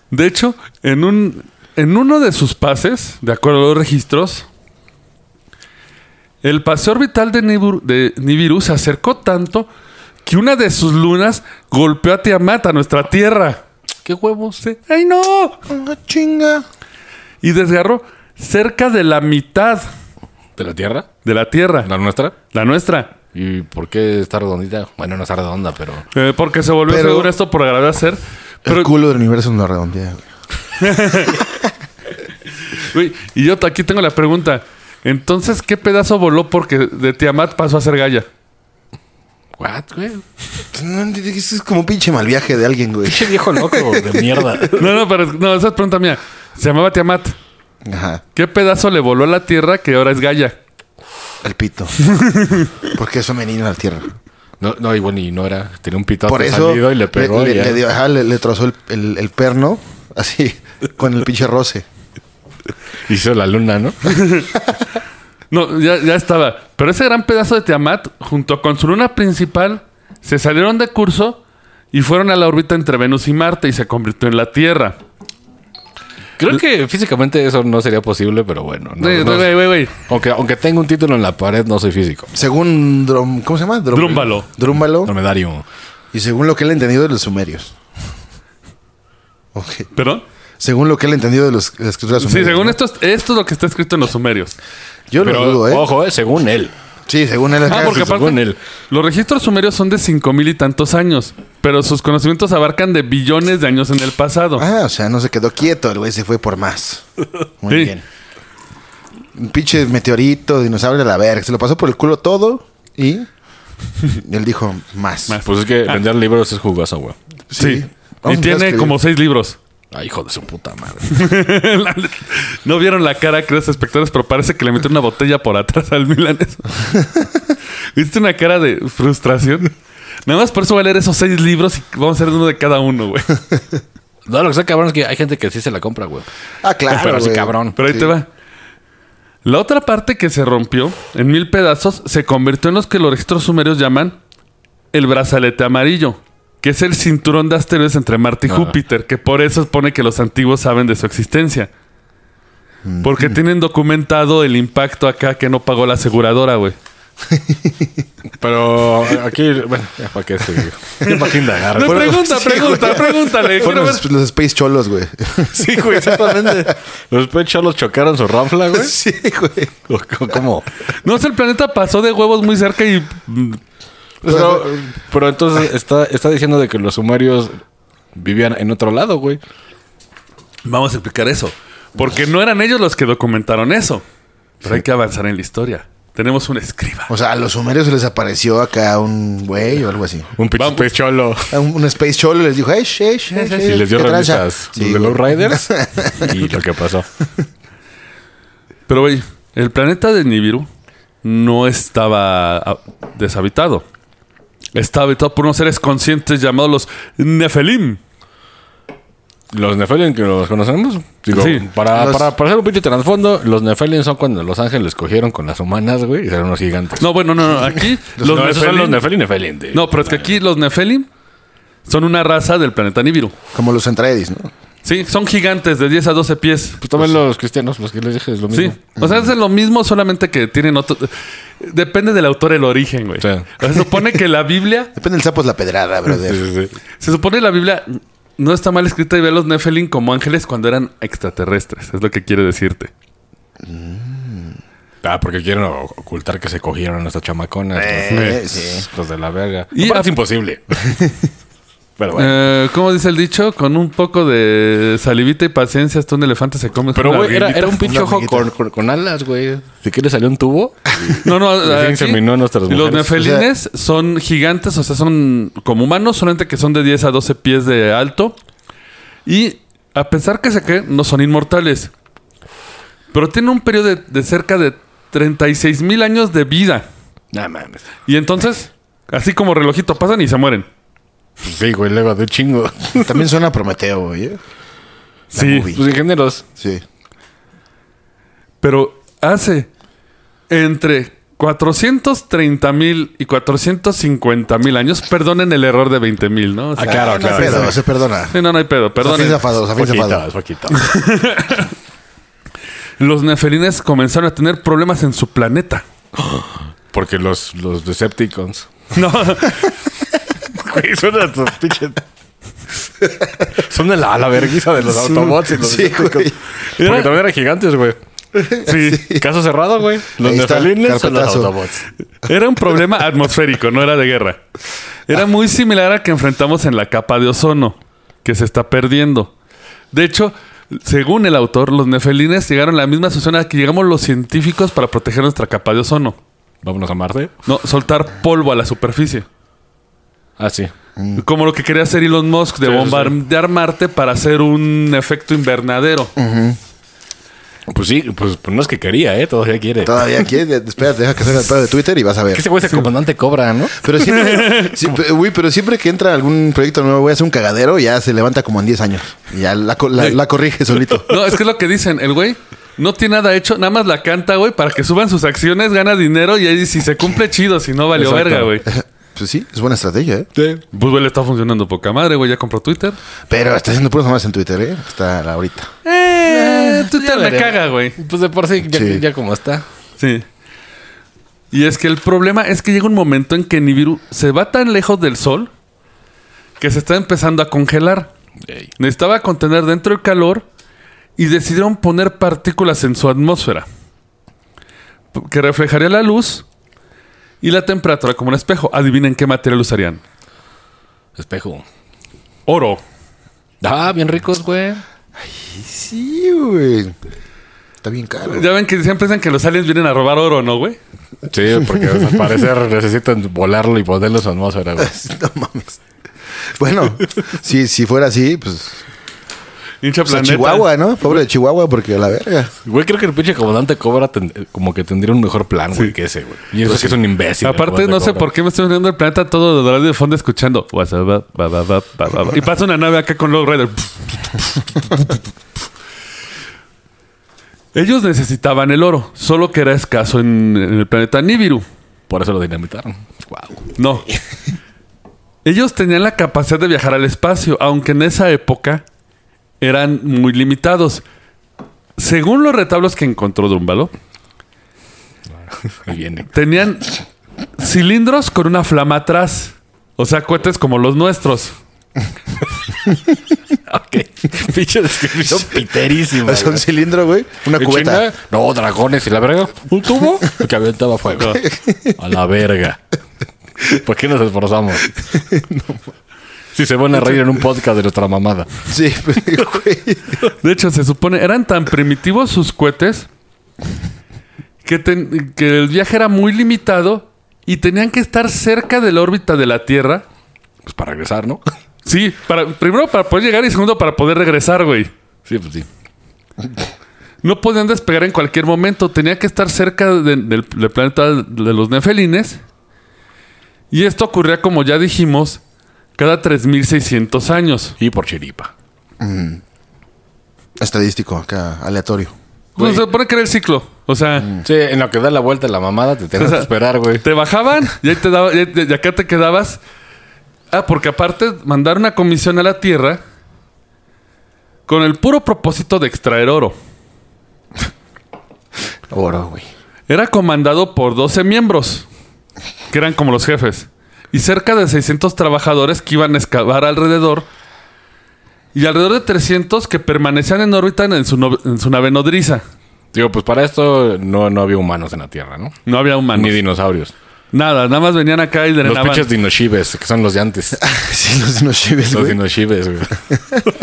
[SPEAKER 2] De hecho, en, un, en uno de sus pases, de acuerdo a los registros, el paseo orbital de, Nibiru, de Nibiru se acercó tanto que una de sus lunas golpeó a Tiamat, a nuestra Tierra.
[SPEAKER 5] ¿Qué huevos? Sí.
[SPEAKER 2] ¡Ay, no!
[SPEAKER 4] Ah, chinga.
[SPEAKER 2] Y desgarró cerca de la mitad
[SPEAKER 3] ¿De la Tierra?
[SPEAKER 2] de la Tierra,
[SPEAKER 3] ¿La nuestra?
[SPEAKER 2] la nuestra.
[SPEAKER 3] ¿Y por qué está redondita? Bueno, no está redonda, pero...
[SPEAKER 2] Eh, porque se volvió
[SPEAKER 4] Pero-
[SPEAKER 2] seguro esto por agravar a ser. Pero,
[SPEAKER 4] el culo del universo no redondea. güey.
[SPEAKER 2] güey, y yo t- aquí tengo la pregunta. Entonces, ¿qué pedazo voló porque de Tiamat pasó a ser Gaia?
[SPEAKER 3] What, güey?
[SPEAKER 4] No, eso es como pinche mal viaje de alguien, güey.
[SPEAKER 3] Qué viejo loco de mierda.
[SPEAKER 2] No, no, pero no, esa es pregunta mía. Se llamaba Tiamat.
[SPEAKER 4] Ajá.
[SPEAKER 2] ¿Qué pedazo le voló a la Tierra que ahora es Gaia?
[SPEAKER 4] El pito. Porque es femenino la tierra.
[SPEAKER 3] No, no, y bueno, y no era. Tenía un pitote
[SPEAKER 4] Por eso
[SPEAKER 3] salido y le pegó.
[SPEAKER 4] le,
[SPEAKER 3] y ya.
[SPEAKER 4] le dio- ajá, le- le trozó el, el- el perno así con el pinche roce.
[SPEAKER 3] Hizo la luna, ¿no?
[SPEAKER 2] No, ya, ya estaba. Pero ese gran pedazo de Tiamat, junto con su luna principal, se salieron de curso y fueron a la órbita entre Venus y Marte y se convirtió en la Tierra.
[SPEAKER 3] Creo que físicamente eso no sería posible, pero bueno. no-
[SPEAKER 2] Güey,
[SPEAKER 3] no-
[SPEAKER 2] güey, güey, güey.
[SPEAKER 3] aunque, aunque tengo un título en la pared, no soy físico.
[SPEAKER 4] Según Drom- ¿cómo se llama? Drom-
[SPEAKER 2] Drúmbalo.
[SPEAKER 4] Drúmbalo.
[SPEAKER 3] Dromedario.
[SPEAKER 4] Y según lo que él ha entendido de los sumerios. Ok.
[SPEAKER 2] ¿Perdón?
[SPEAKER 4] Según lo que él ha entendido de los, de las escrituras
[SPEAKER 2] Sí,
[SPEAKER 4] sumerias.
[SPEAKER 2] según este.
[SPEAKER 4] ¿no?
[SPEAKER 2] esto, es- esto es lo que está escrito en los sumerios.
[SPEAKER 4] Yo lo
[SPEAKER 3] Pero,
[SPEAKER 4] dudo, ¿eh?
[SPEAKER 3] ojo, eh, según él.
[SPEAKER 4] Sí, según él.
[SPEAKER 2] Ah, porque
[SPEAKER 3] según
[SPEAKER 2] aparte,
[SPEAKER 3] él.
[SPEAKER 2] los registros sumerios son de 5.000 y tantos años, pero sus conocimientos abarcan de billones de años en el pasado.
[SPEAKER 4] Ah, o sea, no se quedó quieto, el güey se fue por más. Muy
[SPEAKER 2] Sí.
[SPEAKER 4] bien. Un pinche meteorito, dinosaurio a la verga. Se lo pasó por el culo todo y él dijo más.
[SPEAKER 3] Pues es que vender libros es jugoso, güey.
[SPEAKER 2] sí.
[SPEAKER 4] sí.
[SPEAKER 2] Y
[SPEAKER 4] Vamos a
[SPEAKER 2] tiene
[SPEAKER 4] escribir.
[SPEAKER 2] como seis libros.
[SPEAKER 3] Ay, hijo de su puta madre.
[SPEAKER 2] No vieron la cara que los espectadores, pero parece que le metió una botella por atrás al milanés. ¿Viste una cara de frustración? Nada más por eso voy a leer esos seis libros y vamos a hacer uno de cada uno, güey.
[SPEAKER 3] No, lo que está cabrón es que hay gente que sí se la compra, güey.
[SPEAKER 4] Ah, claro.
[SPEAKER 3] Pero así
[SPEAKER 4] güey.
[SPEAKER 3] cabrón.
[SPEAKER 2] Pero ahí
[SPEAKER 4] Sí.
[SPEAKER 2] te va. La otra parte que se rompió en mil pedazos se convirtió en los que los registros sumerios llaman el brazalete amarillo, que es el cinturón de asteroides entre Marte y
[SPEAKER 3] Ah.
[SPEAKER 2] Júpiter, que por eso supone que los antiguos saben de su existencia.
[SPEAKER 4] Mm.
[SPEAKER 2] Porque tienen documentado el impacto acá que no pagó la aseguradora, güey.
[SPEAKER 3] Pero aquí, bueno, ya para qué se. Ya para qué indagar.
[SPEAKER 2] No,
[SPEAKER 3] Fueron-
[SPEAKER 2] pregunta,
[SPEAKER 4] Ah, sí,
[SPEAKER 2] pregunta,
[SPEAKER 4] güey.
[SPEAKER 2] pregúntale. Quiero
[SPEAKER 4] Fueron
[SPEAKER 2] ver.
[SPEAKER 4] los, los Space Cholos, güey.
[SPEAKER 3] Sí, güey, exactamente. Los pecholos chocaron su ranfla, güey.
[SPEAKER 4] sí, güey.
[SPEAKER 3] O co- ¿Cómo?
[SPEAKER 2] No sé, el planeta pasó de huevos muy cerca y mm,
[SPEAKER 4] Pues,
[SPEAKER 3] Pero,
[SPEAKER 4] eh,
[SPEAKER 3] pero entonces está, está diciendo de que los sumerios vivían en otro lado, güey.
[SPEAKER 2] vamos a explicar eso. Porque no eran ellos los que documentaron eso. Pero hay que avanzar en la historia. Tenemos un escriba.
[SPEAKER 4] O sea, a los sumerios se les apareció acá un güey o algo así.
[SPEAKER 3] Un pinche pecholo.
[SPEAKER 4] A Un, un Space Cholo les dijo, hey, hey, hey,
[SPEAKER 3] Y les dio revistas de los
[SPEAKER 4] güey.
[SPEAKER 3] Riders y lo que pasó.
[SPEAKER 2] Pero, güey, el planeta de Nibiru no estaba ah, deshabitado. Estaba habitado por unos seres conscientes llamados los Nefelim.
[SPEAKER 3] Los Nefelin que los conocemos. Digo,
[SPEAKER 2] Sí.
[SPEAKER 3] para,
[SPEAKER 4] Los-
[SPEAKER 3] para, para hacer un pinche trasfondo, los Nefelin son cuando los ángeles cogieron con las humanas, güey, y eran unos gigantes.
[SPEAKER 2] No, bueno, no, no. Aquí los,
[SPEAKER 3] No, esos son
[SPEAKER 2] Nephilim-
[SPEAKER 3] los pues, Nefelin, Nefelin. de-
[SPEAKER 2] No, pero es que aquí los Nefelim son una raza del planeta Nibiru.
[SPEAKER 4] Como los Antraedis, ¿no?
[SPEAKER 2] Sí, son gigantes de 10 a 12 pies.
[SPEAKER 3] Pues también los cristianos, los que les dije es lo
[SPEAKER 2] Sí.
[SPEAKER 3] mismo.
[SPEAKER 2] O sea, es lo mismo, solamente que tienen otro. Depende del autor el origen, güey.
[SPEAKER 3] Sí.
[SPEAKER 2] O sea, se supone que la Biblia.
[SPEAKER 4] Depende del sapo es la pedrada, brother.
[SPEAKER 3] sí, sí.
[SPEAKER 2] Se supone la Biblia no está mal escrita y ve a los Nefelim como ángeles cuando eran extraterrestres. Es lo que quiere decirte.
[SPEAKER 3] Ah, porque quieren o- ocultar que se cogieron a estas chamaconas.
[SPEAKER 4] Eh,
[SPEAKER 3] los,
[SPEAKER 4] sí.
[SPEAKER 3] los de la verga.
[SPEAKER 2] Y-
[SPEAKER 3] Aparte es imposible. Pero bueno.
[SPEAKER 2] Eh, ¿Cómo dice el dicho? Con un poco de salivita y paciencia, hasta un elefante se come.
[SPEAKER 3] Pero,
[SPEAKER 2] una
[SPEAKER 3] güey, era,
[SPEAKER 2] hormiguita.
[SPEAKER 3] era un pinche
[SPEAKER 4] Una
[SPEAKER 3] ojo
[SPEAKER 4] hormiguita.
[SPEAKER 3] con, con- con alas, güey. ¿De qué le salió un tubo?
[SPEAKER 2] No, no,
[SPEAKER 3] Recién
[SPEAKER 2] aquí
[SPEAKER 3] inseminó a nuestras
[SPEAKER 2] Los
[SPEAKER 3] mujeres.
[SPEAKER 2] nefelines son gigantes, o sea, son como humanos, solamente que son de 10 a 12 pies de alto. Y a pesar que se creen, no son inmortales. Pero tienen un periodo de, de cerca de 36 mil años de vida.
[SPEAKER 3] Nah, mames.
[SPEAKER 2] Y entonces, así como relojito, pasan y se mueren.
[SPEAKER 3] Pues Sí, güey, luego de un chingo.
[SPEAKER 4] También suena a Prometeo, güey. ¿eh? La
[SPEAKER 2] Sí.
[SPEAKER 4] movie.
[SPEAKER 3] Los ingenieros.
[SPEAKER 4] Sí.
[SPEAKER 2] Pero hace entre 430 mil y 450 mil años. Perdonen el error de 20 mil, ¿no? O sea,
[SPEAKER 3] Ah, claro,
[SPEAKER 4] no
[SPEAKER 3] claro.
[SPEAKER 4] hay pedo,
[SPEAKER 3] Sí, sí.
[SPEAKER 4] se perdona.
[SPEAKER 2] sí, no, no hay pedo,
[SPEAKER 4] Zafín
[SPEAKER 2] perdonen.
[SPEAKER 4] zafado, zafín zafado.
[SPEAKER 3] Poquitos, poquitos.
[SPEAKER 2] Los nefelines comenzaron a tener problemas en su planeta.
[SPEAKER 3] Porque los, los Decepticons.
[SPEAKER 2] No,
[SPEAKER 3] Güey, son estos pinches. Son de la, la verguisa de los Autobots y los
[SPEAKER 4] Sí,
[SPEAKER 3] Decepticons.
[SPEAKER 4] güey.
[SPEAKER 3] Porque también eran gigantes, güey. Sí. Caso cerrado, güey. Los
[SPEAKER 4] Ahí está,
[SPEAKER 3] nefelines son los
[SPEAKER 4] carpetazo.
[SPEAKER 3] Autobots.
[SPEAKER 2] era un problema atmosférico, no era de guerra. Era muy similar al que enfrentamos en la capa de ozono, que se está perdiendo. De hecho, Según el autor, los nefelines llegaron a la misma situación a la que llegamos los científicos para proteger nuestra capa de ozono.
[SPEAKER 3] Vámonos a Marte.
[SPEAKER 2] No, soltar polvo a la superficie.
[SPEAKER 3] Ah, sí.
[SPEAKER 2] Como lo que quería hacer Elon Musk de
[SPEAKER 3] Sí, sí,
[SPEAKER 2] bombardear Marte para hacer un efecto invernadero.
[SPEAKER 3] Pues sí, pues, pues no es que quería, ¿eh? Todavía quiere.
[SPEAKER 4] Todavía quiere, espérate, deja que salga el pedo de Twitter y vas a ver.
[SPEAKER 3] Que ese güey es el comandante Cobra, ¿no?
[SPEAKER 4] Pero siempre, siempre- güey, pero siempre que entra algún proyecto nuevo, güey, hace un cagadero, ya se levanta como en 10 años. Y ya la, co- la- la corrige solito.
[SPEAKER 2] No, es que es lo que dicen. El güey no tiene nada hecho, nada más la canta, güey, para que suban sus acciones, gana dinero y ahí si se cumple chido, si no valió
[SPEAKER 3] Exacto.
[SPEAKER 2] verga, güey. Pues
[SPEAKER 4] Pues sí, es buena estrategia, ¿eh?
[SPEAKER 2] güey, le está funcionando poca madre, güey, ya compró Twitter.
[SPEAKER 4] Pero está haciendo puras nomás en Twitter, ¿eh? Hasta la ahorita.
[SPEAKER 2] Eh, Twitter me
[SPEAKER 3] pues veremos.
[SPEAKER 2] caga, güey.
[SPEAKER 3] Pues de por sí, ya,
[SPEAKER 4] Sí.
[SPEAKER 3] ya como está.
[SPEAKER 2] Sí. Y es que el problema es que llega un momento en que Nibiru se va tan lejos del sol que se está empezando a congelar.
[SPEAKER 3] Ey.
[SPEAKER 2] Necesitaba contener dentro el calor y decidieron poner partículas en su atmósfera que reflejaría la luz y la temperatura como un espejo. Adivinen qué material usarían.
[SPEAKER 3] Espejo.
[SPEAKER 2] Oro.
[SPEAKER 3] Ah, bien ricos, güey.
[SPEAKER 4] Sí, güey. Está bien caro.
[SPEAKER 2] Ya ven que siempre dicen que los aliens vienen a robar oro, ¿no, güey?
[SPEAKER 3] Sí, porque al parecer necesitan volarlo y ponerlo en su atmósfera, güey.
[SPEAKER 4] No mames. Bueno, si, si fuera así, pues.
[SPEAKER 2] Hincha
[SPEAKER 4] pues a
[SPEAKER 2] planeta.
[SPEAKER 4] Chihuahua, ¿no? Pobre de Chihuahua, porque a la verga.
[SPEAKER 3] Güey, creo que el pinche comandante Cobra ten- eh, como que tendría un mejor plan, güey, que ese, güey. Y eso que es un imbécil. el
[SPEAKER 2] Aparte,
[SPEAKER 3] comandante
[SPEAKER 2] no sé
[SPEAKER 3] Cobra.
[SPEAKER 2] por qué me estoy viendo el planeta todo de radio de fondo escuchando. Wasaba, ba, ba, ba, ba, ba, ba. Y pasa una nave acá con Low Rider. Ellos necesitaban el oro, solo que era escaso en, en el planeta Nibiru.
[SPEAKER 3] Por eso lo dinamitaron. Wow.
[SPEAKER 2] No. Ellos tenían la capacidad de viajar al espacio, aunque en esa época eran muy limitados. Según los retablos que encontró Drumbalo,
[SPEAKER 3] Ahí viene.
[SPEAKER 2] tenían cilindros con una flama atrás. O sea, cohetes como los nuestros.
[SPEAKER 3] Ok. Pinche descripción piterísima.
[SPEAKER 4] Es un
[SPEAKER 3] güey.
[SPEAKER 4] cilindro, güey. Una
[SPEAKER 3] ¿En
[SPEAKER 4] cubeta.
[SPEAKER 3] China? No, dragones y la verga. Un tubo que aventaba fuego. A la verga. ¿Por qué nos esforzamos? Si se van a reír en un podcast de nuestra mamada.
[SPEAKER 4] Sí, güey.
[SPEAKER 2] De hecho, se supone, eran tan primitivos sus cohetes que, ten- que el viaje era muy limitado y tenían que estar cerca de la órbita de la Tierra.
[SPEAKER 3] Pues para regresar, ¿no?
[SPEAKER 2] Sí, para, primero para poder llegar y segundo para poder regresar, güey.
[SPEAKER 3] Sí, pues sí.
[SPEAKER 2] No podían despegar en cualquier momento. Tenía que estar cerca de- del, del planeta de los nefelines. Y esto ocurría, como ya dijimos, cada 3.600 años.
[SPEAKER 3] Y por chiripa.
[SPEAKER 4] Estadístico, acá, aleatorio.
[SPEAKER 2] Pues se supone que era el ciclo. O sea,
[SPEAKER 3] Sí, en lo que da la vuelta la mamada te tienes
[SPEAKER 2] O sea,
[SPEAKER 3] que Mm, esperar, güey.
[SPEAKER 2] te bajaban y, ahí te daba- y- y- y acá te quedabas. Ah, porque aparte mandar una comisión a la Tierra con el puro propósito de extraer oro.
[SPEAKER 4] Oro, güey.
[SPEAKER 2] Era comandado por 12 miembros, que eran como los jefes, y cerca de 600 trabajadores que iban a excavar alrededor, y alrededor de 300 que permanecían en órbita en su, no- en su nave nodriza.
[SPEAKER 3] Digo, pues para esto no, no había humanos en la Tierra, ¿no?
[SPEAKER 2] No había humanos.
[SPEAKER 3] Ni dinosaurios.
[SPEAKER 2] Nada, nada más venían acá y
[SPEAKER 3] Los
[SPEAKER 2] drenaban.
[SPEAKER 3] pinches dinoshives, que son los de antes.
[SPEAKER 4] Ah, Sí, los dinosaurios,
[SPEAKER 3] Los
[SPEAKER 4] güey.
[SPEAKER 3] dinoshives, güey.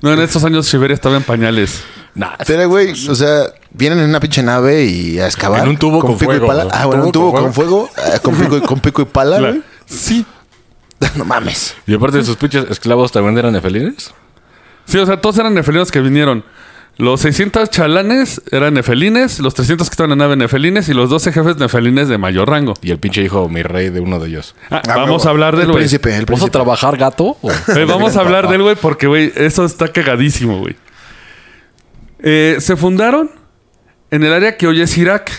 [SPEAKER 2] No, en estos años Siberia estaba en pañales.
[SPEAKER 3] Nah,
[SPEAKER 4] Pero, güey, o sea, vienen en una pinche nave y a excavar.
[SPEAKER 3] En un tubo con
[SPEAKER 4] pico
[SPEAKER 3] fuego,
[SPEAKER 4] Y pala.
[SPEAKER 3] ¿no?
[SPEAKER 4] Ah, bueno, un
[SPEAKER 3] Tubo
[SPEAKER 4] tubo
[SPEAKER 3] con
[SPEAKER 4] con fuego, ah, con, pico, y- con pico y pala,
[SPEAKER 2] La-
[SPEAKER 4] güey.
[SPEAKER 2] Sí.
[SPEAKER 4] No mames.
[SPEAKER 3] Y aparte de sus pinches esclavos también eran nefelines.
[SPEAKER 2] Sí, o sea, todos eran nefelinos que vinieron. Los 600 chalanes eran nefelines, los 300 que estaban en la nave nefelines y los 12 jefes nefelines de mayor rango.
[SPEAKER 3] Y el pinche hijo, mi rey, de uno de ellos.
[SPEAKER 2] Ah,
[SPEAKER 4] Ah,
[SPEAKER 2] vamos
[SPEAKER 4] huevo.
[SPEAKER 2] a hablar del
[SPEAKER 4] El
[SPEAKER 2] güey.
[SPEAKER 4] príncipe, el
[SPEAKER 3] ¿Vamos a
[SPEAKER 4] príncipe.
[SPEAKER 3] trabajar, gato? O-
[SPEAKER 2] Eh, vamos a hablar del güey porque, güey, eso está cagadísimo, güey. Eh, se fundaron en el área que hoy es Irak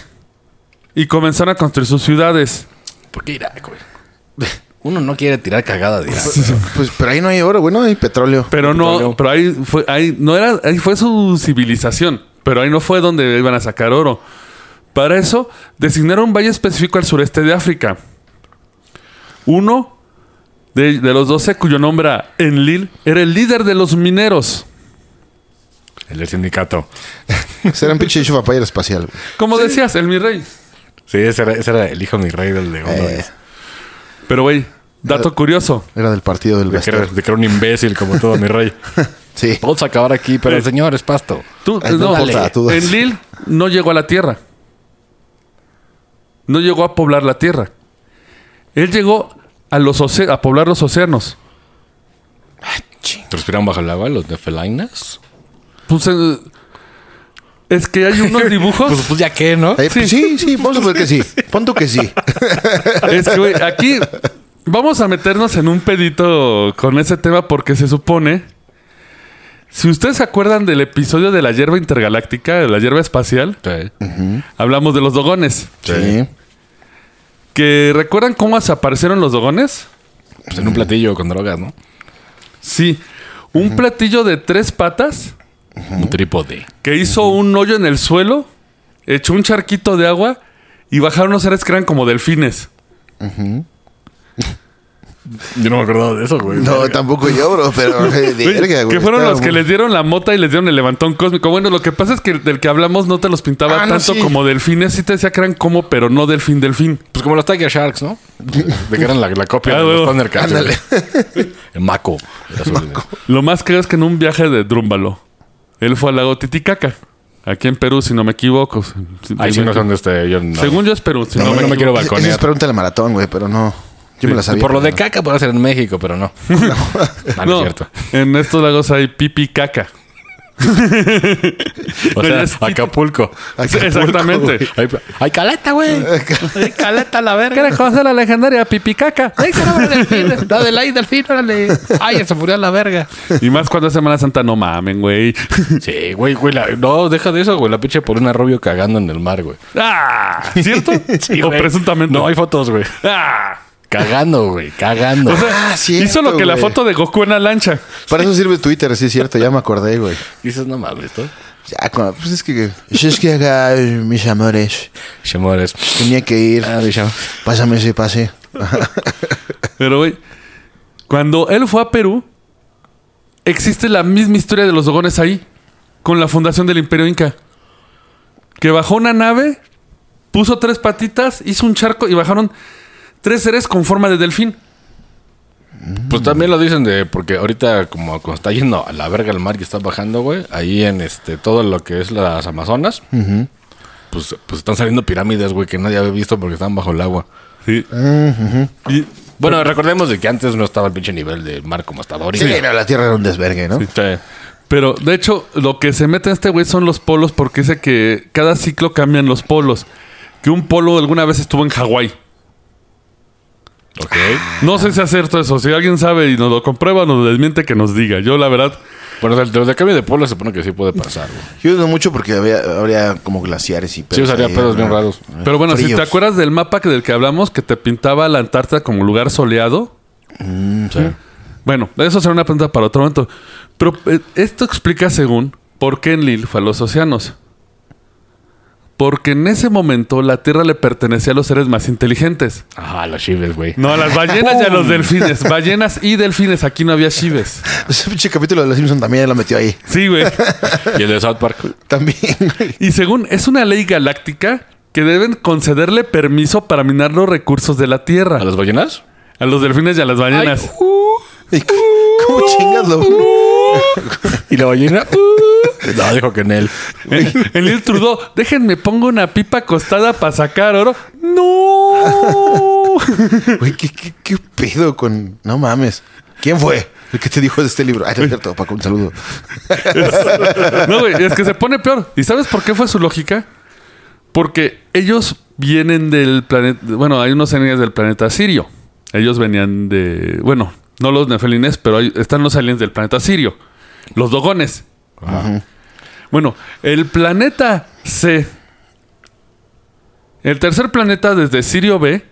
[SPEAKER 2] y comenzaron a construir sus ciudades.
[SPEAKER 3] ¿Por qué Irak, güey? Uno no quiere tirar cagada de Irak.
[SPEAKER 4] Pues, pero ahí no hay oro, güey, no hay petróleo.
[SPEAKER 2] Pero no,
[SPEAKER 3] petróleo.
[SPEAKER 2] pero ahí fue, ahí no era, ahí fue su civilización, pero ahí no fue donde iban a sacar oro. Para eso, designaron un valle específico al sureste de África. Uno de, de los 12, cuyo nombre era Enlil, era el líder de los mineros.
[SPEAKER 3] El del sindicato.
[SPEAKER 4] Será un pinche chupapayero espacial. güey.
[SPEAKER 2] Como decías, el mi rey.
[SPEAKER 3] Sí, ese era, ese era el hijo, mi rey, del de uno de
[SPEAKER 4] Eh,
[SPEAKER 3] ellos.
[SPEAKER 2] Pero, güey, dato curioso.
[SPEAKER 4] era del partido del
[SPEAKER 3] De que, era,
[SPEAKER 4] Bester.
[SPEAKER 3] de que era un imbécil como todo mi rey.
[SPEAKER 4] Sí.
[SPEAKER 3] Vamos a acabar aquí, pero el señor es pasto.
[SPEAKER 2] Tú,
[SPEAKER 4] Ay, tú
[SPEAKER 2] no,
[SPEAKER 4] dale, tú dale.
[SPEAKER 2] en Lil no llegó a la Tierra. No llegó a poblar la Tierra. Él llegó a, los oce- a poblar los océanos.
[SPEAKER 3] ¿Respiran bajo el agua los de Felainas?
[SPEAKER 2] Pues, eh, es que hay unos
[SPEAKER 3] Pues,
[SPEAKER 2] dibujos.
[SPEAKER 3] pues ya qué, ¿no?
[SPEAKER 4] Eh, pues sí, sí, vamos a suponer que sí. Pon tú que sí.
[SPEAKER 2] es que, güey, aquí vamos a meternos en un pedito con ese tema porque se supone. Si ustedes se acuerdan del episodio de la hierba intergaláctica, de la hierba espacial,
[SPEAKER 3] Sí.
[SPEAKER 2] hablamos de los dogones.
[SPEAKER 4] Sí.
[SPEAKER 2] ¿Que recuerdan cómo desaparecieron los dogones?
[SPEAKER 3] Pues en un platillo con drogas, ¿no?
[SPEAKER 2] Sí, un platillo de tres patas
[SPEAKER 3] Un trípode.
[SPEAKER 2] que hizo un hoyo en el suelo, echó un charquito de agua y bajaron los seres que eran como delfines.
[SPEAKER 3] Yo no me acuerdo de eso, güey.
[SPEAKER 4] No, tampoco yo, bro, pero. eh, verga, güey,
[SPEAKER 2] que fueron
[SPEAKER 4] estaba
[SPEAKER 2] los que
[SPEAKER 4] muy-
[SPEAKER 2] les dieron la mota y les dieron el levantón cósmico. Bueno, lo que pasa es que del que hablamos no te los pintaba
[SPEAKER 4] Ah, no,
[SPEAKER 2] tanto
[SPEAKER 4] sí.
[SPEAKER 2] como delfines. Sí te decía que eran como, pero no delfín, delfín.
[SPEAKER 3] Pues como los Tiger Sharks, ¿no? De, de que eran la, la
[SPEAKER 2] Ah,
[SPEAKER 3] copia de los
[SPEAKER 2] huevo.
[SPEAKER 3] Thundercats.
[SPEAKER 4] Ándale.
[SPEAKER 3] El Mako. Era su-
[SPEAKER 2] Lo más creo es que en un viaje de Drúmbalo, él fue al lago Titicaca, aquí en Perú, si no me equivoco. Si-
[SPEAKER 3] Ahí sí no son de este. Yo no.
[SPEAKER 2] Según yo es Perú, si
[SPEAKER 3] No,
[SPEAKER 2] no,
[SPEAKER 3] no
[SPEAKER 2] me,
[SPEAKER 3] me
[SPEAKER 2] equivoco.
[SPEAKER 3] quiero
[SPEAKER 4] Esa- Esa es
[SPEAKER 3] balconear.
[SPEAKER 4] pregunta del maratón, güey, pero no. Yo me la sabía.
[SPEAKER 3] Por lo
[SPEAKER 4] pero
[SPEAKER 3] de
[SPEAKER 4] no.
[SPEAKER 3] caca puede ser en México, pero no. Ah, No, no
[SPEAKER 2] No,
[SPEAKER 3] es cierto.
[SPEAKER 2] en estos lagos hay pipi caca.
[SPEAKER 3] O
[SPEAKER 2] No, ya
[SPEAKER 3] sea,
[SPEAKER 2] es Titi-
[SPEAKER 3] Acapulco.
[SPEAKER 4] Acapulco,
[SPEAKER 2] Exactamente.
[SPEAKER 4] güey.
[SPEAKER 3] Hay, hay caleta, güey. Hay caleta, la verga.
[SPEAKER 2] ¿Quieres conocer la legendaria pipicaca?
[SPEAKER 5] Ay, se del delfín. La de la delfín, órale. Ay, ya se murió a la verga.
[SPEAKER 2] Y más cuando es Semana Santa, no mamen, güey.
[SPEAKER 3] Sí, güey, güey. la- no, deja de eso, güey. La pinche por un arrobio cagando en el mar, güey.
[SPEAKER 2] Ah, ¿Cierto? o
[SPEAKER 3] güey.
[SPEAKER 2] presuntamente.
[SPEAKER 3] No, hay fotos, güey.
[SPEAKER 2] Ah.
[SPEAKER 3] Cagando, güey. Cagando.
[SPEAKER 2] O sea,
[SPEAKER 4] Ah, cierto,
[SPEAKER 2] hizo lo que la
[SPEAKER 4] güey.
[SPEAKER 2] foto de Goku en la lancha.
[SPEAKER 4] Para eso sirve Twitter, sí, es cierto, ya me acordé, güey.
[SPEAKER 3] Dices, no mames, ¿no?
[SPEAKER 4] Ya, cuando- pues es que. Si es que acá, eh, mis amores,
[SPEAKER 3] Chamores.
[SPEAKER 4] tenía que ir.
[SPEAKER 3] Ah, mis amores.
[SPEAKER 4] Pásame ese pase.
[SPEAKER 2] Pero, güey, cuando él fue a Perú, existe la misma historia de los dogones ahí, con la fundación del Imperio Inca. Que bajó una nave, puso tres patitas, hizo un charco y bajaron tres seres con forma de delfín.
[SPEAKER 3] Pues también lo dicen de, porque ahorita como, como está yendo a la verga el mar y está bajando, güey, ahí en este todo lo que es las Amazonas, pues, pues están saliendo pirámides, güey, que nadie había visto porque están bajo el agua.
[SPEAKER 2] Sí. Y-
[SPEAKER 3] Bueno, recordemos de que antes no estaba el pinche nivel del mar como estaba ahorita.
[SPEAKER 4] Sí, no, la tierra era un desvergue, ¿no?
[SPEAKER 3] Sí.
[SPEAKER 2] pero, de hecho, lo que se mete en este güey son los polos porque dice que cada ciclo cambian los polos. Que un polo alguna vez estuvo en Hawái.
[SPEAKER 3] Ok.
[SPEAKER 2] No sé si es cierto eso. Si alguien sabe y nos lo comprueba, nos desmiente que nos diga. Yo, la verdad,
[SPEAKER 3] Bueno, o sea, desde el cambio de pueblo se supone que sí puede pasar, güey.
[SPEAKER 4] Yo dudo mucho porque había, habría como glaciares y pedos.
[SPEAKER 3] Sí usaría
[SPEAKER 4] ahí,
[SPEAKER 3] pedos bien
[SPEAKER 4] ¿no?
[SPEAKER 3] raros.
[SPEAKER 2] Pero bueno, si
[SPEAKER 4] Fríos.
[SPEAKER 2] te acuerdas del mapa que- del que hablamos, que te pintaba la Antártida como lugar soleado. Bueno, eso será una pregunta para otro momento. Pero eh, esto explica, según, por qué Enlil fue a los océanos. Porque en ese momento la Tierra le pertenecía a los seres más inteligentes.
[SPEAKER 3] Ajá, los chives, güey.
[SPEAKER 2] No a las ballenas y a los delfines. Ballenas y delfines. Aquí no había chives.
[SPEAKER 4] Ese pinche capítulo de los Simpsons también lo metió ahí.
[SPEAKER 2] Sí, güey.
[SPEAKER 3] Y el de South Park.
[SPEAKER 4] También, güey.
[SPEAKER 2] Y según, es una ley galáctica que deben concederle permiso para minar los recursos de la Tierra.
[SPEAKER 3] ¿A las ballenas?
[SPEAKER 2] A los delfines y a las ballenas.
[SPEAKER 4] ¿Y c- ¿Cómo chingas lo
[SPEAKER 3] ¿Y la ballena? Uh. no, dijo que en él.
[SPEAKER 2] El el Lil Trudeau, déjenme pongo una pipa acostada para sacar oro. ¡No!
[SPEAKER 4] Güey, ¿qué, qué, qué pedo con.? No mames. ¿Quién fue el que te dijo de este libro? Ay, no es cierto, Paco, un saludo.
[SPEAKER 2] No, güey, es que se pone peor. ¿Y sabes por qué fue su lógica? Porque ellos vienen del planeta. Bueno, hay unos aliens del planeta Sirio. Ellos venían de. Bueno, no los nefelines, pero hay- están los aliens del planeta Sirio. Los dogones. Bueno, el planeta C. El tercer planeta desde Sirio B,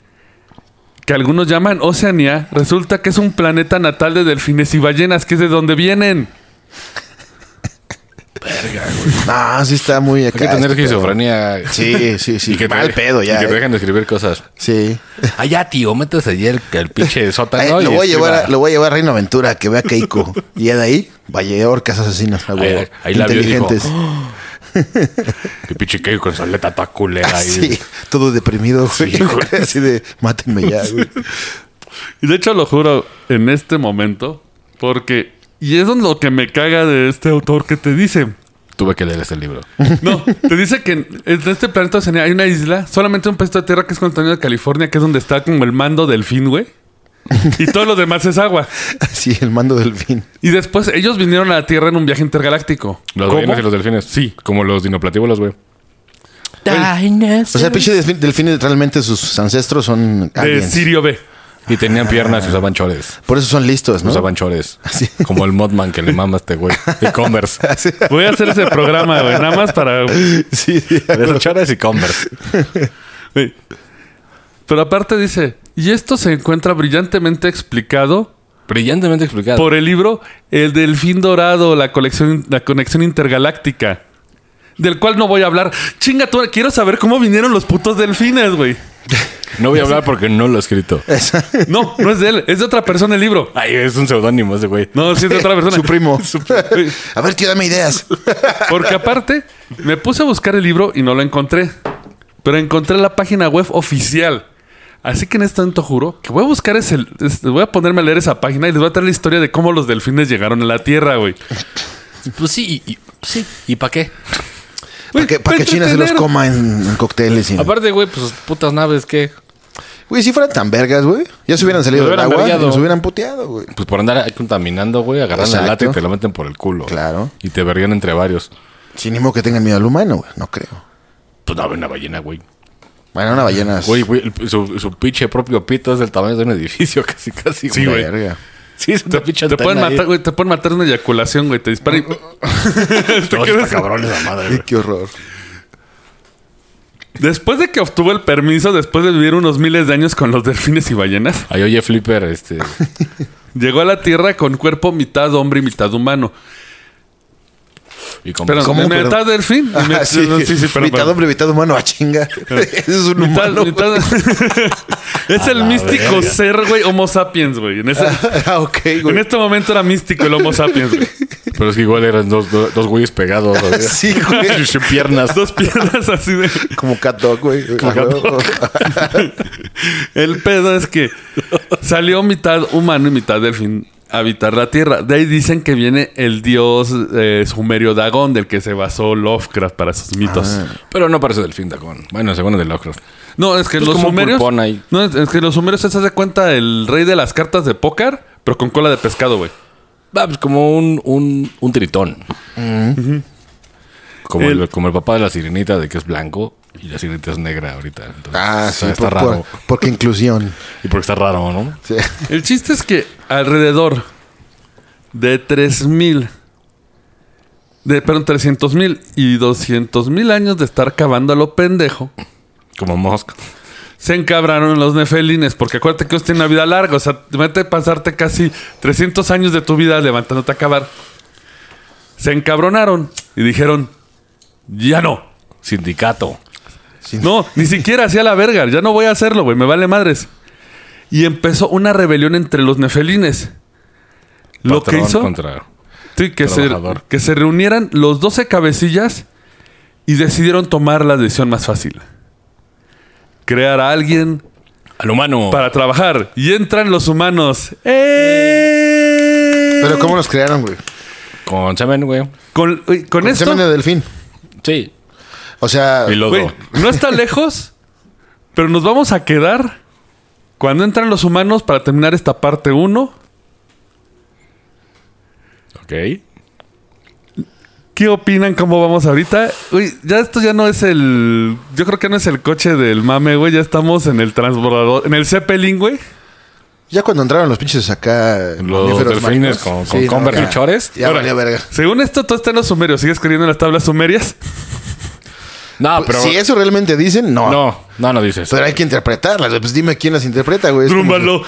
[SPEAKER 2] que algunos llaman Oceanía, resulta que es un planeta natal de delfines y ballenas, que es de donde vienen.
[SPEAKER 4] Ah, sí está muy acá.
[SPEAKER 3] Hay que tener
[SPEAKER 4] este pedo.
[SPEAKER 3] esquizofrenia.
[SPEAKER 4] Sí, sí, sí.
[SPEAKER 3] Y que te-
[SPEAKER 4] Mal pedo ya.
[SPEAKER 3] Y que te
[SPEAKER 4] eh.
[SPEAKER 3] dejen de escribir cosas.
[SPEAKER 4] Sí.
[SPEAKER 3] Ah, ya, tío, métese allí el, el pinche sótano. y
[SPEAKER 4] Ay, Eh, lo, voy a
[SPEAKER 3] escriba.
[SPEAKER 4] llevar a, lo voy a llevar a Reino Aventura, que vea Keiko. y ya de ahí, Valle Orcas Asesinas. a huevo.
[SPEAKER 3] Ahí- ahí la vio y dijo, "Oh".
[SPEAKER 4] Inteligentes.
[SPEAKER 3] El pinche que con soleta toda culera. ahí.
[SPEAKER 4] Ah, sí, todo deprimido, güey. Así de, mátenme ya, güey.
[SPEAKER 2] Y de hecho lo juro en este momento, porque Y eso es lo que me caga de este autor que te dice.
[SPEAKER 3] Tuve que leer este libro.
[SPEAKER 2] No, te dice que en en este planeta Oceanía hay una isla, solamente un pedacito de tierra que es contenido de California, que es donde está como el mando delfín, güey. Y todo lo demás es agua.
[SPEAKER 4] Sí, el mando del fin.
[SPEAKER 2] Y después ellos vinieron a la Tierra en un viaje intergaláctico.
[SPEAKER 3] Los
[SPEAKER 2] ¿Cómo?
[SPEAKER 3] ballenas y los delfines. Sí. Como los dinoplatíbulos, güey.
[SPEAKER 4] O sea, pinche delfín- delfines realmente sus ancestros son
[SPEAKER 2] De
[SPEAKER 4] aliens.
[SPEAKER 2] Sirio B.
[SPEAKER 3] Y tenían piernas y usaban chores.
[SPEAKER 4] Por eso son listos, ¿no? Ah,
[SPEAKER 3] Usaban chores.
[SPEAKER 4] Así.
[SPEAKER 3] Como el Modman que le mama a este güey. Y Converse.
[SPEAKER 4] Sí,
[SPEAKER 2] Voy a hacer ese programa, güey, nada más para...
[SPEAKER 4] sí, sí.
[SPEAKER 3] De esos chores y Converse.
[SPEAKER 2] güey. Pero aparte dice, y esto se encuentra brillantemente explicado
[SPEAKER 3] Brillantemente explicado.
[SPEAKER 2] por el libro El Delfín Dorado, la, colección, la conexión intergaláctica. Del cual no voy a hablar. Chinga, tú, quiero saber cómo vinieron los putos delfines, güey.
[SPEAKER 3] No voy a hablar porque no lo he escrito.
[SPEAKER 2] No, no es de él, es de otra persona el libro.
[SPEAKER 3] Ay, es un seudónimo ese güey.
[SPEAKER 2] No, sí es de otra persona.
[SPEAKER 4] Su primo. A ver, tío, dame ideas.
[SPEAKER 2] Porque aparte, me puse a buscar el libro y no lo encontré. Pero encontré la página web oficial. Así que en este momento juro que voy a buscar ese. es- voy a ponerme a leer esa página y les voy a traer la historia de cómo los delfines llegaron a la Tierra, güey.
[SPEAKER 5] Pues sí, y, y- sí, ¿y para qué?
[SPEAKER 2] Güey,
[SPEAKER 4] Para que, para que China se los
[SPEAKER 2] entretener.
[SPEAKER 4] coma en, en cócteles. y-
[SPEAKER 5] Aparte, güey, pues putas naves, ¿qué?
[SPEAKER 4] Güey, si fueran tan vergas, güey. Ya se hubieran salido
[SPEAKER 3] Los
[SPEAKER 4] del
[SPEAKER 3] hubieran
[SPEAKER 4] agua y
[SPEAKER 3] vergueado.
[SPEAKER 4] nos hubieran puteado, güey.
[SPEAKER 3] Pues por andar ahí contaminando, güey, agarran la
[SPEAKER 4] Exacto.
[SPEAKER 3] lata y te la meten por el culo.
[SPEAKER 4] Claro.
[SPEAKER 3] Y te verían entre varios.
[SPEAKER 4] Sin ni modo que tengan miedo al humano, güey. No creo.
[SPEAKER 3] Pues no, una ballena, güey.
[SPEAKER 4] Bueno, una ballena. es-
[SPEAKER 3] Güey, güey, el- su, su pinche propio pito es del tamaño de un edificio, casi, casi,
[SPEAKER 2] Sí, güey.
[SPEAKER 4] Verga.
[SPEAKER 3] Sí, es una pinche
[SPEAKER 2] Te pueden,
[SPEAKER 3] antena ahí.
[SPEAKER 2] matar, güey, te pueden matar una eyaculación, güey. Te disparan y... Te
[SPEAKER 3] No, sí
[SPEAKER 2] quedas-
[SPEAKER 3] está cabrón esa madre,
[SPEAKER 4] Ay,
[SPEAKER 3] güey.
[SPEAKER 4] qué horror.
[SPEAKER 2] Después de que obtuvo el permiso, después de vivir unos miles de años con los delfines y ballenas,
[SPEAKER 3] Ay, oye, Flipper, este...
[SPEAKER 2] llegó a la Tierra con cuerpo mitad hombre y mitad humano.
[SPEAKER 3] Y con
[SPEAKER 2] Pero
[SPEAKER 4] ¿Cómo?
[SPEAKER 2] mitad
[SPEAKER 4] Perdón.
[SPEAKER 2] delfín. y
[SPEAKER 4] Ajá,
[SPEAKER 2] mi-
[SPEAKER 4] Ah, sí.
[SPEAKER 2] no, sí, sí, pero-
[SPEAKER 4] Mitad
[SPEAKER 2] pero-
[SPEAKER 4] hombre, mitad humano, a chinga. Ese es un
[SPEAKER 2] Mitad-
[SPEAKER 4] humano.
[SPEAKER 2] mitad- es el místico
[SPEAKER 3] verga.
[SPEAKER 2] ser, güey, Homo sapiens, güey. En, ese-
[SPEAKER 4] Ah, ok,
[SPEAKER 2] en
[SPEAKER 4] güey.
[SPEAKER 2] este momento era místico el Homo sapiens, güey.
[SPEAKER 3] Pero es que igual eran dos, dos, dos güeyes pegados. güey.
[SPEAKER 4] Sí, güey.
[SPEAKER 3] Y sin piernas.
[SPEAKER 2] Dos piernas así de.
[SPEAKER 4] Como cat dog, güey. Ah,
[SPEAKER 2] El pedo es que salió mitad humano y mitad delfín a habitar la tierra. De ahí dicen que viene el dios eh, sumerio Dagón, del que se basó Lovecraft para sus mitos.
[SPEAKER 3] Pero no parece delfín, Dacón. Bueno, según el de Lovecraft.
[SPEAKER 2] No, es que
[SPEAKER 3] Pues
[SPEAKER 2] los
[SPEAKER 3] como un
[SPEAKER 2] sumerios.
[SPEAKER 3] pulpón ahí.
[SPEAKER 2] No, es, es que los sumerios se hace cuenta el rey de las cartas de póker, pero con cola de pescado, güey.
[SPEAKER 3] Va, pues como un, un, un tritón. como, el,
[SPEAKER 2] El-
[SPEAKER 3] como el papá de la sirenita, de que es blanco. Y la sirenita es negra ahorita. Entonces,
[SPEAKER 4] Ah,
[SPEAKER 3] o
[SPEAKER 4] sí,
[SPEAKER 3] sea, está
[SPEAKER 4] por-
[SPEAKER 3] raro.
[SPEAKER 4] por- porque inclusión.
[SPEAKER 3] Y porque está raro, ¿no?
[SPEAKER 4] Sí.
[SPEAKER 2] El chiste es que alrededor de 3000 de perdón, 300.000 y 200.000 años de estar cavando a lo pendejo,
[SPEAKER 3] Como mosca.
[SPEAKER 2] se encabraron los nefelines, porque acuérdate que ellos tienen una vida larga, o sea, vete a pasarte casi 300 años de tu vida levantándote a cavar. Se encabronaron y dijeron, ya no.
[SPEAKER 3] Sindicato.
[SPEAKER 2] No, ni siquiera hacía la verga. Ya no voy a hacerlo, güey. Me vale madres. Y empezó una rebelión entre los nefelines. Lo que
[SPEAKER 3] Patrón
[SPEAKER 2] hizo
[SPEAKER 3] Contra...
[SPEAKER 2] sí, que, se,
[SPEAKER 3] trabajador.
[SPEAKER 2] que se reunieran los 12 cabecillas y decidieron tomar la decisión más fácil. Crear a alguien
[SPEAKER 3] Al humano.
[SPEAKER 2] para trabajar. Y entran los humanos. ¡Eh!
[SPEAKER 4] Pero ¿cómo los crearon, güey?
[SPEAKER 3] Con semen, güey.
[SPEAKER 2] Con, uy, con
[SPEAKER 4] Con
[SPEAKER 2] esto,
[SPEAKER 4] semen de delfín.
[SPEAKER 3] Sí.
[SPEAKER 4] O sea,
[SPEAKER 3] Y lodo.
[SPEAKER 2] güey, no está lejos, pero nos vamos a quedar cuando entran los humanos para terminar esta parte 1.
[SPEAKER 3] Ok.
[SPEAKER 2] ¿Qué opinan? ¿Cómo vamos ahorita? Uy, ya esto ya no es el. Yo creo que no es el coche del mame, güey. Ya estamos en el transbordador. En el Zeppelin, güey.
[SPEAKER 4] ya cuando entraron los pinches acá.
[SPEAKER 3] delfines
[SPEAKER 4] mamíferos marinos,
[SPEAKER 3] con- con Converse y
[SPEAKER 4] ya-
[SPEAKER 3] chores.
[SPEAKER 4] Ya
[SPEAKER 2] Ahora,
[SPEAKER 4] valía verga.
[SPEAKER 2] Según esto, todo está en los sumerios. ¿Sigues creyendo en las tablas sumerias?
[SPEAKER 3] No, Ah, pero...
[SPEAKER 4] Pues, Si eso realmente dicen, no.
[SPEAKER 3] No, no, no dices.
[SPEAKER 4] Pero hay que interpretarlas. güey. Pues dime quién las interpreta, güey. Es como-
[SPEAKER 2] Trúmbalo.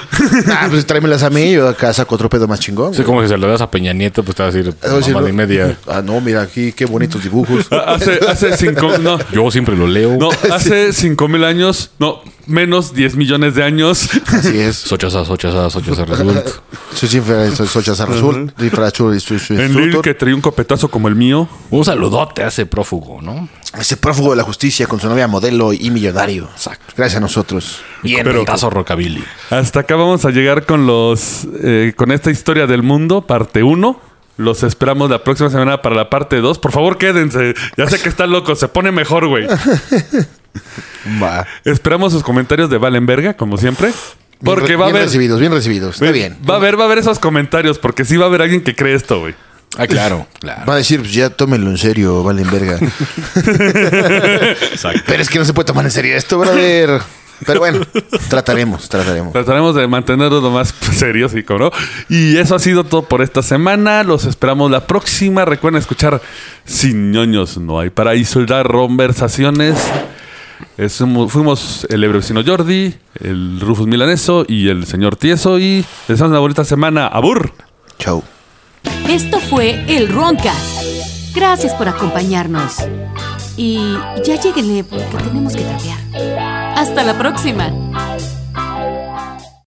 [SPEAKER 4] Ah, pues tráemelas a mí y yo acá saco otro pedo más chingón.
[SPEAKER 3] Sí,
[SPEAKER 4] güey.
[SPEAKER 3] como si se lo das a Peña Nieto, pues te vas a decir,
[SPEAKER 4] Es decir,
[SPEAKER 3] mamada y
[SPEAKER 4] no-
[SPEAKER 3] media.
[SPEAKER 4] Ah, no, mira aquí, qué bonitos dibujos.
[SPEAKER 2] Ah, Hace, hace cinco. No.
[SPEAKER 3] Yo siempre lo leo.
[SPEAKER 2] No, hace cinco mil años. No, menos 10 millones de años.
[SPEAKER 4] Así es.
[SPEAKER 3] Sochasa, sochasa, sochasa result.
[SPEAKER 4] Sus infraestructuras azul, infraestructura y su- su-
[SPEAKER 2] en Lille que traía un copetazo como el mío.
[SPEAKER 3] Un saludote a ese prófugo, ¿no?
[SPEAKER 4] Ese prófugo de la justicia con su novia modelo y millonario.
[SPEAKER 3] Exacto.
[SPEAKER 4] Gracias a nosotros.
[SPEAKER 3] Y el
[SPEAKER 2] Pero-
[SPEAKER 3] putazo rockabilly.
[SPEAKER 2] Hasta acá vamos a llegar con los eh, con esta historia del mundo, parte 1. Los esperamos la próxima semana para la parte 2. Por favor, quédense. Ya sé que está loco, se pone mejor, güey.
[SPEAKER 4] Va.
[SPEAKER 2] Esperamos sus comentarios de Valenverga, como siempre. Porque
[SPEAKER 4] bien,
[SPEAKER 2] va a
[SPEAKER 4] bien
[SPEAKER 2] haber.
[SPEAKER 4] recibidos, bien recibidos. Está bien.
[SPEAKER 2] Va a haber, va a haber esos comentarios, porque sí va a haber alguien que cree esto, güey.
[SPEAKER 3] Ah, claro, claro.
[SPEAKER 4] Va a decir, pues ya tómenlo en serio, valen verga. Pero es que no se puede tomar en serio esto, brother. Pero bueno, trataremos, trataremos.
[SPEAKER 2] Trataremos de mantenernos lo más serios y cabrón. Y eso ha sido todo por esta semana. Los esperamos la próxima. Recuerden escuchar Sin ñoños no hay paraíso y dar conversaciones. Es un- fuimos el Ebrevecino Jordi, el Rufus Milaneso y el señor Tieso. Y les deseamos una bonita semana. ¡Abur!
[SPEAKER 4] Chau.
[SPEAKER 1] Esto fue el Roncast. Gracias por acompañarnos. Y ya lleguenle porque tenemos que cambiar. Hasta la próxima.